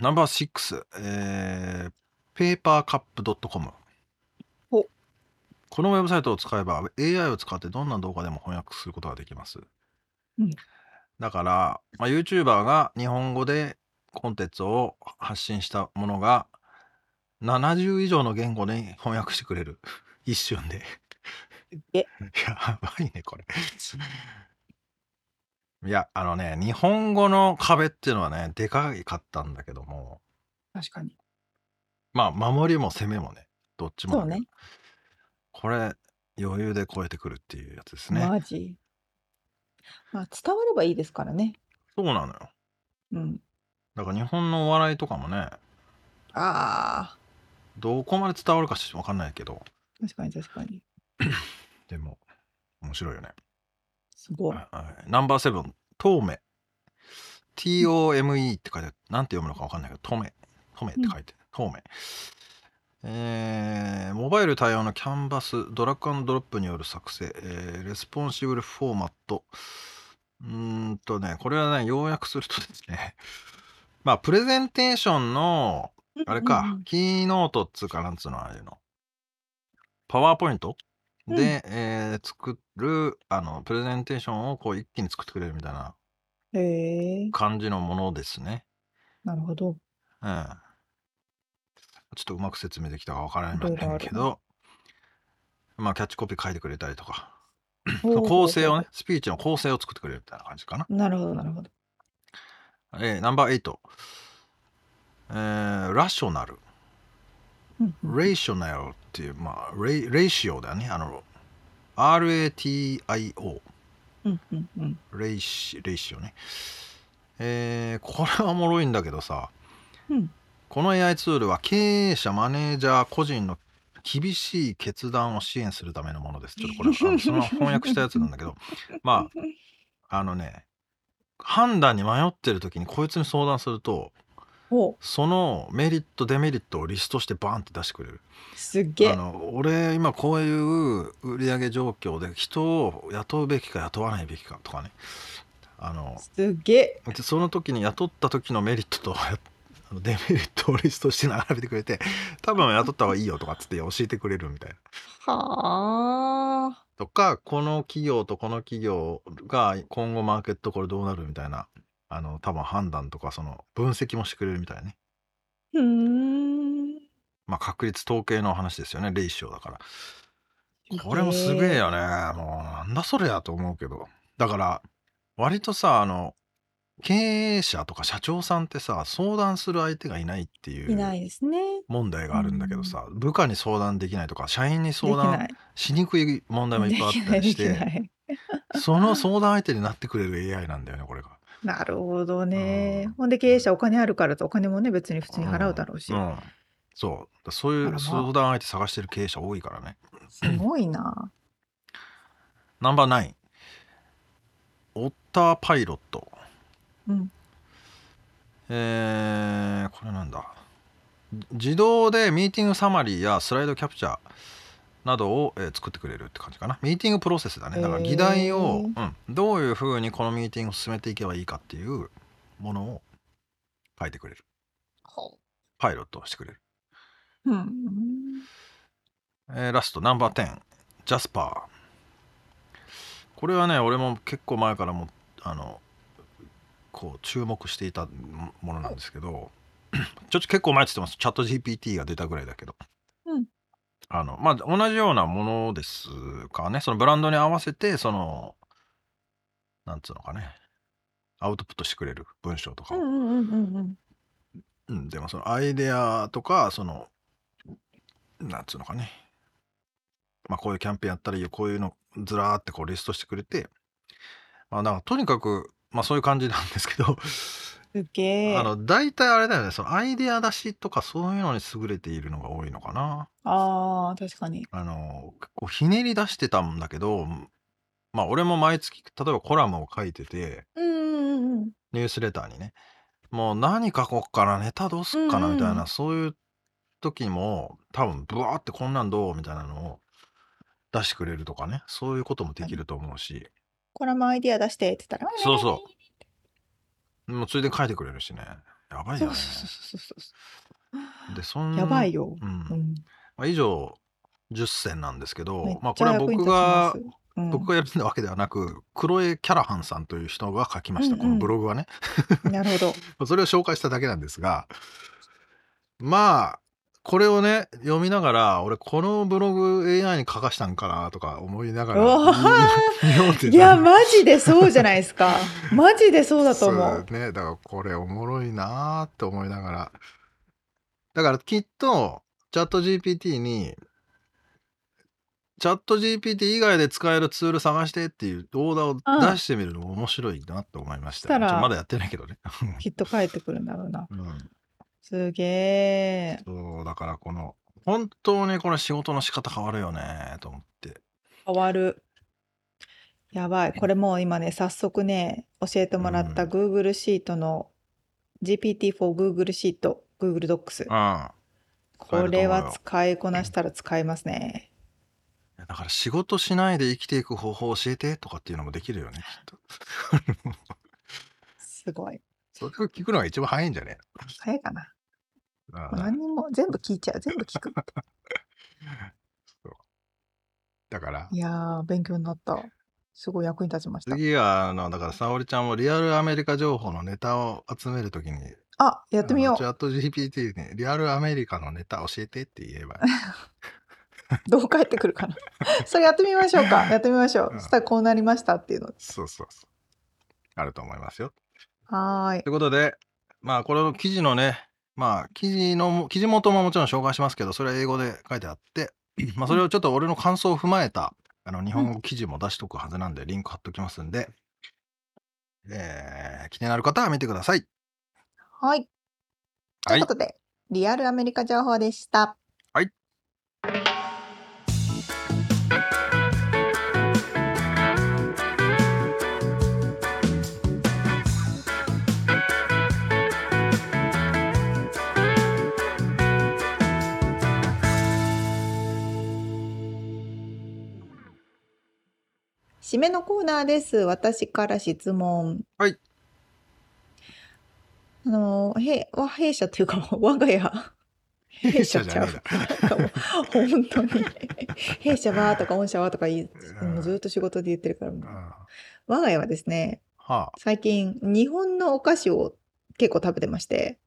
ナンバー6、えー、papercup.com。
お
このウェブサイトを使えば AI を使ってどんな動画でも翻訳することができます。
うん
だから、まあ、YouTuber が日本語でコンテンツを発信したものが70以上の言語に翻訳してくれる。 [laughs] 一瞬で。
え
やばいね、これ。いや、あのね、日本語の壁っていうのはね、でかかったんだけども、
確かに。
まあ、守りも攻めもね、どっちもだけど
そうね
これ、余裕で超えてくるっていうやつですね。
マジ。まあ、伝わればいいですからね。
そうなのよ。
うん。
だから日本のお笑いとかもね、
ああ、
どこまで伝わるかしわかんないけど、
確かに確かに。
でも、面白いよね。
すごい。
はいナンバーセブン、トーメ。T-O-M-E って書いてある。なんて読むのかわかんないけど、トメ。トメって書いてある。トメ。えーモバイル対応のキャンバス、ドラッグドロップによる作成、えーレスポンシブルフォーマット。うーんとね、これはね、要約するとですね、 [laughs] まあ、プレゼンテーションの、あれ
うんうんう
か
ん、
キーノートっつうかなんつうのああいうの。パワーポイント
うん
で、えー作る、あの、プレゼンテーションをこう一気に作ってくれるみたいな
へえ、
感じのものですね。
なるほど。
うん。ちょっとうまく説明できたかわからないんだけ
いろいろ
ど、まあ、キャッチコピー書いてくれたりとか、
おー
構成をね、。スピーチの構成を作ってくれるみたいな感じかな。
なるほど、なるほど。
えーナンバー8。えーラショナル。
うんうん
レーショナルっていう、まあ、レイレーシオだよね。あの、RATIO。
うんうんうん。
レイシ、レイシオね。えーこれはおもろいんだけどさ、
うん
この AI ツールは経営者、マネージャー、個人の厳しい決断を支援するためのものです。ちょっとこれ、あのその翻訳したやつなんだけど、まあ、あのね、判断に迷ってる時にこいつに相談すると
お
そのメリットデメリットをリストしてバーンって出してくれる
すっげ
あ
え
の俺今こういう売上状況で人を雇うべきか雇わないべきかとかねあの
すっげえ
でその時に雇った時のメリットと [laughs] あのデメリットをリストして並べてくれて多分雇った方がいいよとかっつって教えてくれるみたいな。
はあ
とかこの企業とこの企業が今後マーケットこれどうなるみたいなあの多分判断とかその分析もしてくれるみたいなね。
うーん
まあ確率統計の話ですよねレイシオだから。これもすげえよね。もうなんだそれやと思うけど。だから割とさあの経営者とか社長さんってさ相談する相手がいないっていう
いないですね
問題があるんだけどさ、部下に相談できないとか社員に
でき
相
な
談
い
しにくい問題もいっぱいあったりし
できないでき
て
ない
その相談相手になってくれる AI なんだよねこれが。
なるほどね、
うん
ほんで経営者お金あるからとお金もね別に普通に払うだろうし、
うんそうそうい
あら
う
ま
相談相手探してる経営者多いからね。
すごいな
ナンバーナインオッターパイロット。
うん
えーこれなんだ自動でミーティングサマリーやスライドキャプチャーなどを、えー作ってくれるって感じかなミーティングプロセスだねだから議題を、うん、どういうふうにこのミーティングを進めていけばいいかっていうものを書いてくれるパイロットをしてくれる、
うん
えーラストナンバー10ジャスパーこれはね俺も結構前からもあのこう注目していたものなんですけどちょっと結構前って言ってますチャット GPT が出たぐらいだけど、
うん
あのまあ同じようなものですかねそのブランドに合わせてそのなんつうのかねアウトプットしてくれる文章とか
う
を
んうんうんうんうん
うん、でもそのアイデアとかそのなんつうのかねまあこういうキャンペーンやったらいいよこういうのずらーってこうリストしてくれてまあなんかとにかくまあそういう感じなんですけど、
すげえ
あ
あ
の大体あれだよねそのアイデア出しとかそういうのに優れているのが多いのかな
あー確かに
あの結構ひねり出してたんだけどまあ俺も毎月例えばコラムを書いてて
うんうんうん
ニュースレターにねもう何書こうかなネタどうすっかな
うんうん
みたいな、そういう時も多分ブワーってこんなんどうみたいなのを出してくれるとかねそういうこともできると思うし
コラムアイディア出してって言ったら
そうそうもうついでに書いてくれるしねやばい
そ
よ
う
ね
そうそうそう
でそん
やばいよ
う
うんん
まあ、以上10選なんですけど
めっ
まあ、こ
ち
れ
ゃ
は
役に
僕
立ちま
が
すうん
僕がやるわけではなく黒江キャラハンさんという人が書きました、
うんうん
このブログはね
な
[laughs]
るほど
まあそれを紹介しただけなんですがまあこれをね読みながら俺このブログ AI に書かしたんかなとか思いながら
うわー
日本って
いやマジでそうじゃないですかマジでそうだと思
そう
う
ねだからこれおもろいなーって思いながらだからきっとチャット GPT にチャット GPT 以外で使えるツール探してっていうオーダーを出してみるのも面白いなと思いましたよ、
したら
ちょまだやってないけどね、
きっと帰ってくるんだろうな
うん、
すげえ
そうだからこの本当にこれ仕事の仕方変わるよねと思って
変わるやばいこれもう今ね早速ね教えてもらった
うん
Google シートの GPT4Google シート Google ドックス
あ
これは
使
使いこなしたら使えますね
だから仕事しないで生きていく方法を教えてとかっていうのもできるよねきっと
すごい
それを聞くのが一番早いんじゃね
早いかな
えのうん
何にも全部聞いちゃう全部聞く [laughs]
だから
いやー勉強になったすごい役に立ちました
次はあのだから沙織ちゃんもリアルアメリカ情報のネタを集めるときに
あやってみよ
チャット GPT にリアルアメリカのネタ教えてって言
[laughs]
えば
うどう返ってくるかな [laughs] それやってみましょう [laughs] かやってみましょう
うん
そしたらこうなりましたっていうの
そうそうそうあると思いますよ
はーい
ということで、まあ、これの記事のね、まあ、記事の、記事元ももちろん紹介しますけど、それは英語で書いてあって、 [clears throat] まあ、それをちょっと俺の感想を踏まえた、あの、日本語記事も出しとくはずなんで、リンク貼っときますんで、えー気になる方は見てください。
はいと
はいいう [laughs]
こ。とで、リアルアメリカ情報でした。
はい。
締めのコーナーです。私から質問。
はい。
あの、へ、わ、弊社というか、我が家。弊
社じゃね
ちゃうなんかも [laughs] う本当に。弊社はとか、御社はとか言い、
うん
もうずっと仕事で言ってるから。
うんは
我が家はですね、
あ
最近、日本のお菓子を結構食べてまして、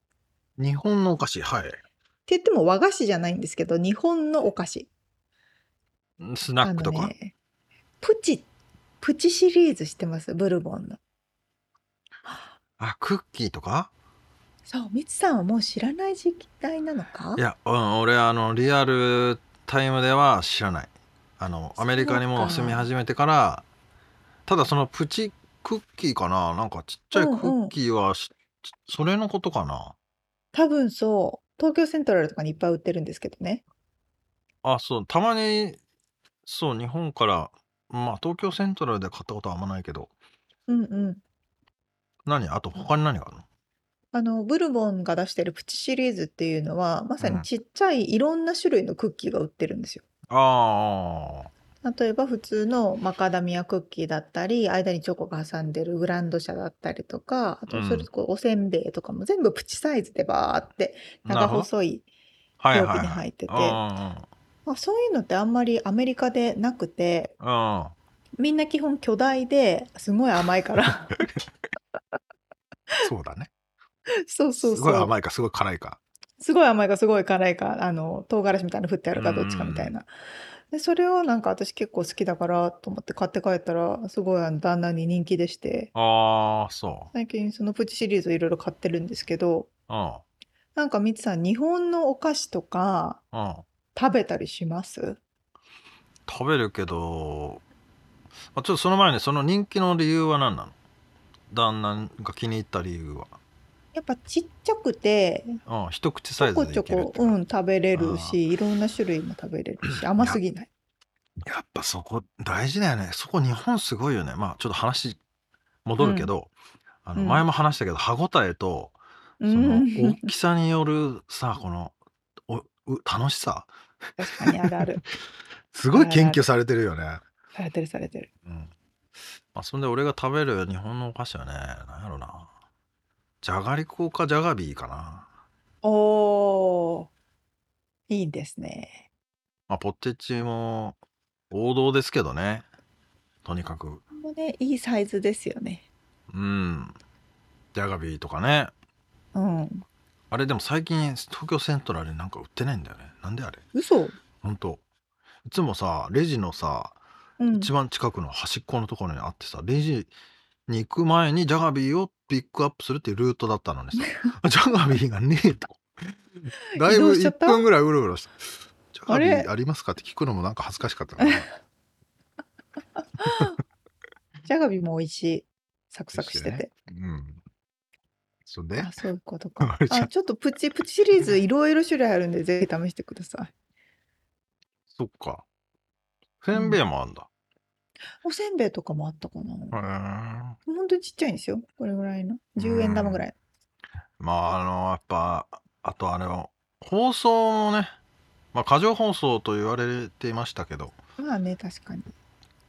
日本のお菓子はい
って言っても和菓子じゃないんですけど、日本のお菓子。
スナックと
あ
か、
のね、プチ、プチシリーズ知ってますブルボンの。
あクッキーとか
そう、みつさんはもう知らない時代なのか
いや、うん、俺あのリアルタイムでは知らないあのアメリカにもう住み始めてからただそのプチクッキーかななんかちっちゃいクッキーはし、それのことかな
多分そう、東京セントラルとかにいっぱい売ってるんですけどね。
あそうたまにそう日本からまあ東京セントラルで買ったことはあんまないけど
うんうん。
何あと他に何があるの
あの、ブルボンが出してるプチシリーズっていうのは、まさ
う
に
ん
ちっちゃいいろんな種類のクッキーが売ってるんですよ。
あ
例えば普通のマカダミアクッキーだったり、間にチョコが挟んでるグランドシャだったりとか、あとそれとこうおせんべいとかも全部プチサイズでバーって
あなる
長
ほど
細い
はい
容器
は
に
いはい
入ってて、
あ
まあ、そういうのってあんまりアメリカでなくて、
あ
みんな基本巨大ですごい甘いから
[laughs] そうだね
そうそうそう
すごい甘いかすごい辛いか
すごい甘いかすごい辛いかあの唐辛子みたいなの振ってあるかどっちかみたいなでそれをなんか私結構好きだからと思って買って帰ったらすごいあの旦那に人気でして
ああそ
最近そのプチシリーズをいろいろ買ってるんですけど
ううん
なんかみつさん日本のお菓子とか
うん
食べたりします
食べるけど、まあ、ちょっとその前にその人気の理由は何なの旦那が気に入った理由
やっぱちっちゃくて
は、うん、一口
ち
サ
ょ
イズ
こ
で
ち
い
ょ
けるっ
こ
ていううの
ん食べれ
あ
る
ー
しいろんな種類も食べれる
[laughs]
し甘すぎない
やっぱそこ大事だよねそこ日本すごいよねまあちょっと話戻るけど、あの
うん
前も話したけど歯ごたえとその
うん
大きさによるさこのおう楽しさ
[laughs] 確かにあるある
すごい研究されてるよね。
されてるされてる
うんまあ、そんで俺が食べる日本のお菓子はね何やろなじゃがりこかじゃがビーかな。
おー、いいですね。
まあ、ポテチも王道ですけどね。とにかく。
もうね、いいサイズですよね。
うん。ジャガビーとかね。
うん。
あれでも最近東京セントラルになんか売ってないんだよね。なんであれ
嘘
ほんと。いつもさ、レジのさ、
うん。
一番近くの端っこのところにあってさ、レジに行く前にジャガビーをピックアップするっていうルートだっ
[laughs]
たのにさ、ジャガビーがねえと。だい
移
ぶ
動しちゃ
1
った
分ぐらいうろうろした。ジャガビ
あれ
ーありますかって聞くのもなんか恥ずかしかったから。
じゃがびも美味しい。サクサクしてて。
うん。そんで
あ、そういうことか
[laughs] あれ。じゃ
あ、ちょっとプチプチシリーズいろいろ種類あるんで、ぜひ試してください。
そっか。せんべいもあんだ。
おせんべいとかもあったかな。
へー
ほんとにちっちゃいんですよ。これぐらいの。10円玉ぐらい。
まあ、あの、やっぱ、あとあれは、放送もね、まあ、過剰放送と言われていましたけど、
まあね、確かに。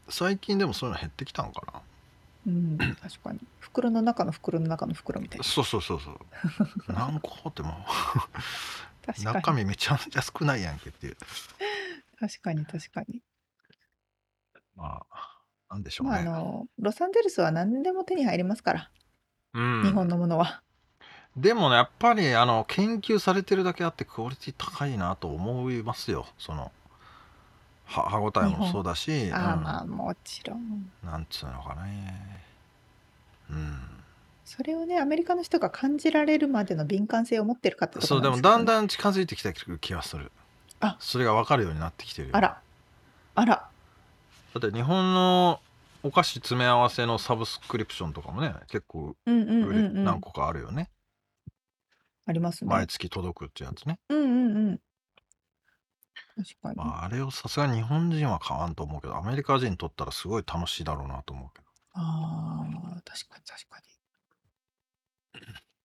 最近でもそういうの減ってきたのか
うん、確かに。袋の中の袋の中の袋みたい
な。そうそうそうそう。
[laughs]
何個っても
な。確
う、
かに。
中身めちゃめちゃ少ないやんけっていう。
確かに、確かに。
まあ、なんでしょう
まあ、あ
ね。
の、ロサンゼルスは何でも手に入りますから。
うん
日本のものは。
でもね、やっぱり、あの、研究されてるだけあって、クオリティ高いなと思いますよ。その、は歯応えもそうだし、
ああ
うん
まあもちろん
なんつうのかねうん
それをねアメリカの人が感じられるまでの敏感性を持ってるかってとこ
そう
な
で
ん
も
すけど
だんだん近づいてきた気がする
あ
それが分かるようになってきてるよ
あらあら
だって日本のお菓子詰め合わせのサブスクリプションとかもね結構
うんうん
売
う
れ
んうん
何個かあるよね
ありますね
毎月届くってやつね、
うんうんうん確かに
まあ、あれをさすがに日本人は買わんと思うけどアメリカ人にとったらすごい楽しいだろうなと思うけど
あー確かに確かに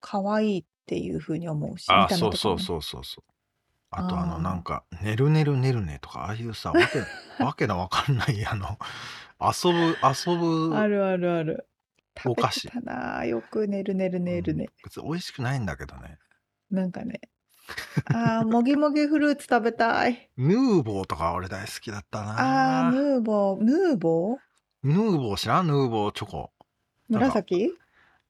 可愛いっていうふうに思うし
あ
見た目と
そう
か
そう
も
そうそうそうあとあの
あー
なんか「ねるねるねるね」とかああいうさわけわけのわかんないあの遊ぶ遊ぶ
あるあるある。
お
食べ
菓
て
子
たなあよく寝る寝る寝るね。
別に美味しくないんだけどね
なんかね。ああ、もぎもぎフルーツ食べたい。
ヌーボーとか俺大好きだった
ああ、
な
ヌーボー、ヌーボー
ヌーボー知らんヌーボーチョコなんか
紫
い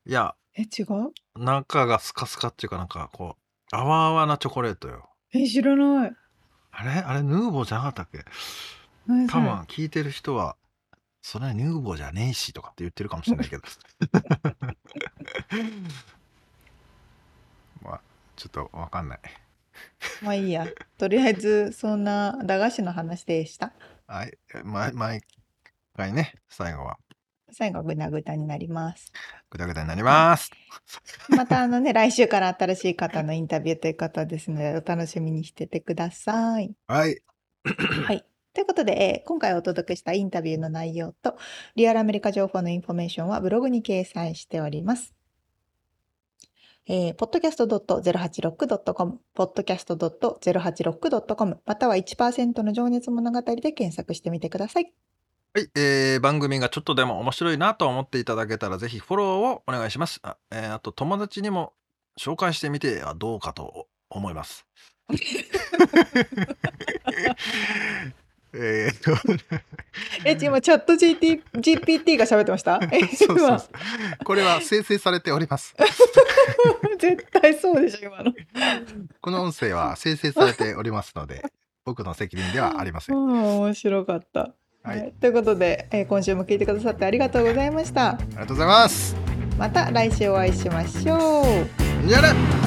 や
え、違う
中がスカスカっていうかなんかこう泡泡なチョコレートよ
え、知らない。
あれあれヌーボーじゃなかったっけ
何
多
それ
分聞いてる人は「それはヌーボーじゃねえし」とかって言ってるかもしれないけど [laughs] まあちょっとわかんない
まあいいや。とりあえず、そんな駄菓子の話でした。
はい毎毎回ね最後は
最後、ぐなぐたになります。
グダグダになります
また、あのね、来週から新しい方のインタビューという方ですので、お楽しみにしててください。
はい
はい。ということで、えー今回お届けしたインタビューの内容と、リアルアメリカ情報のインフォメーションはブログに掲載しております。えー、podcast.086.com、podcast.086.com、または1%の情熱物語で検索してみてください。
はい、えー番組がちょっとでも面白いなと思っていただけたらぜひフォローをお願いしますあ,、えーあと友達にも紹介してみてはどうかと思います、えー
え、今、チャット GT GPT が喋ってました [laughs] え、
そうそう
今
そ、う。これは生成されております。
絶対そうでしょ、今の。
この音声は生成されておりますので、僕の責任ではありま
[laughs]
せ。
うんん、面白かった。
は
はいい、ということで、えー今週も聞いてくださってありがとうございました。
ありがとうございます。
また来週お会いしましょう。
じゃあね。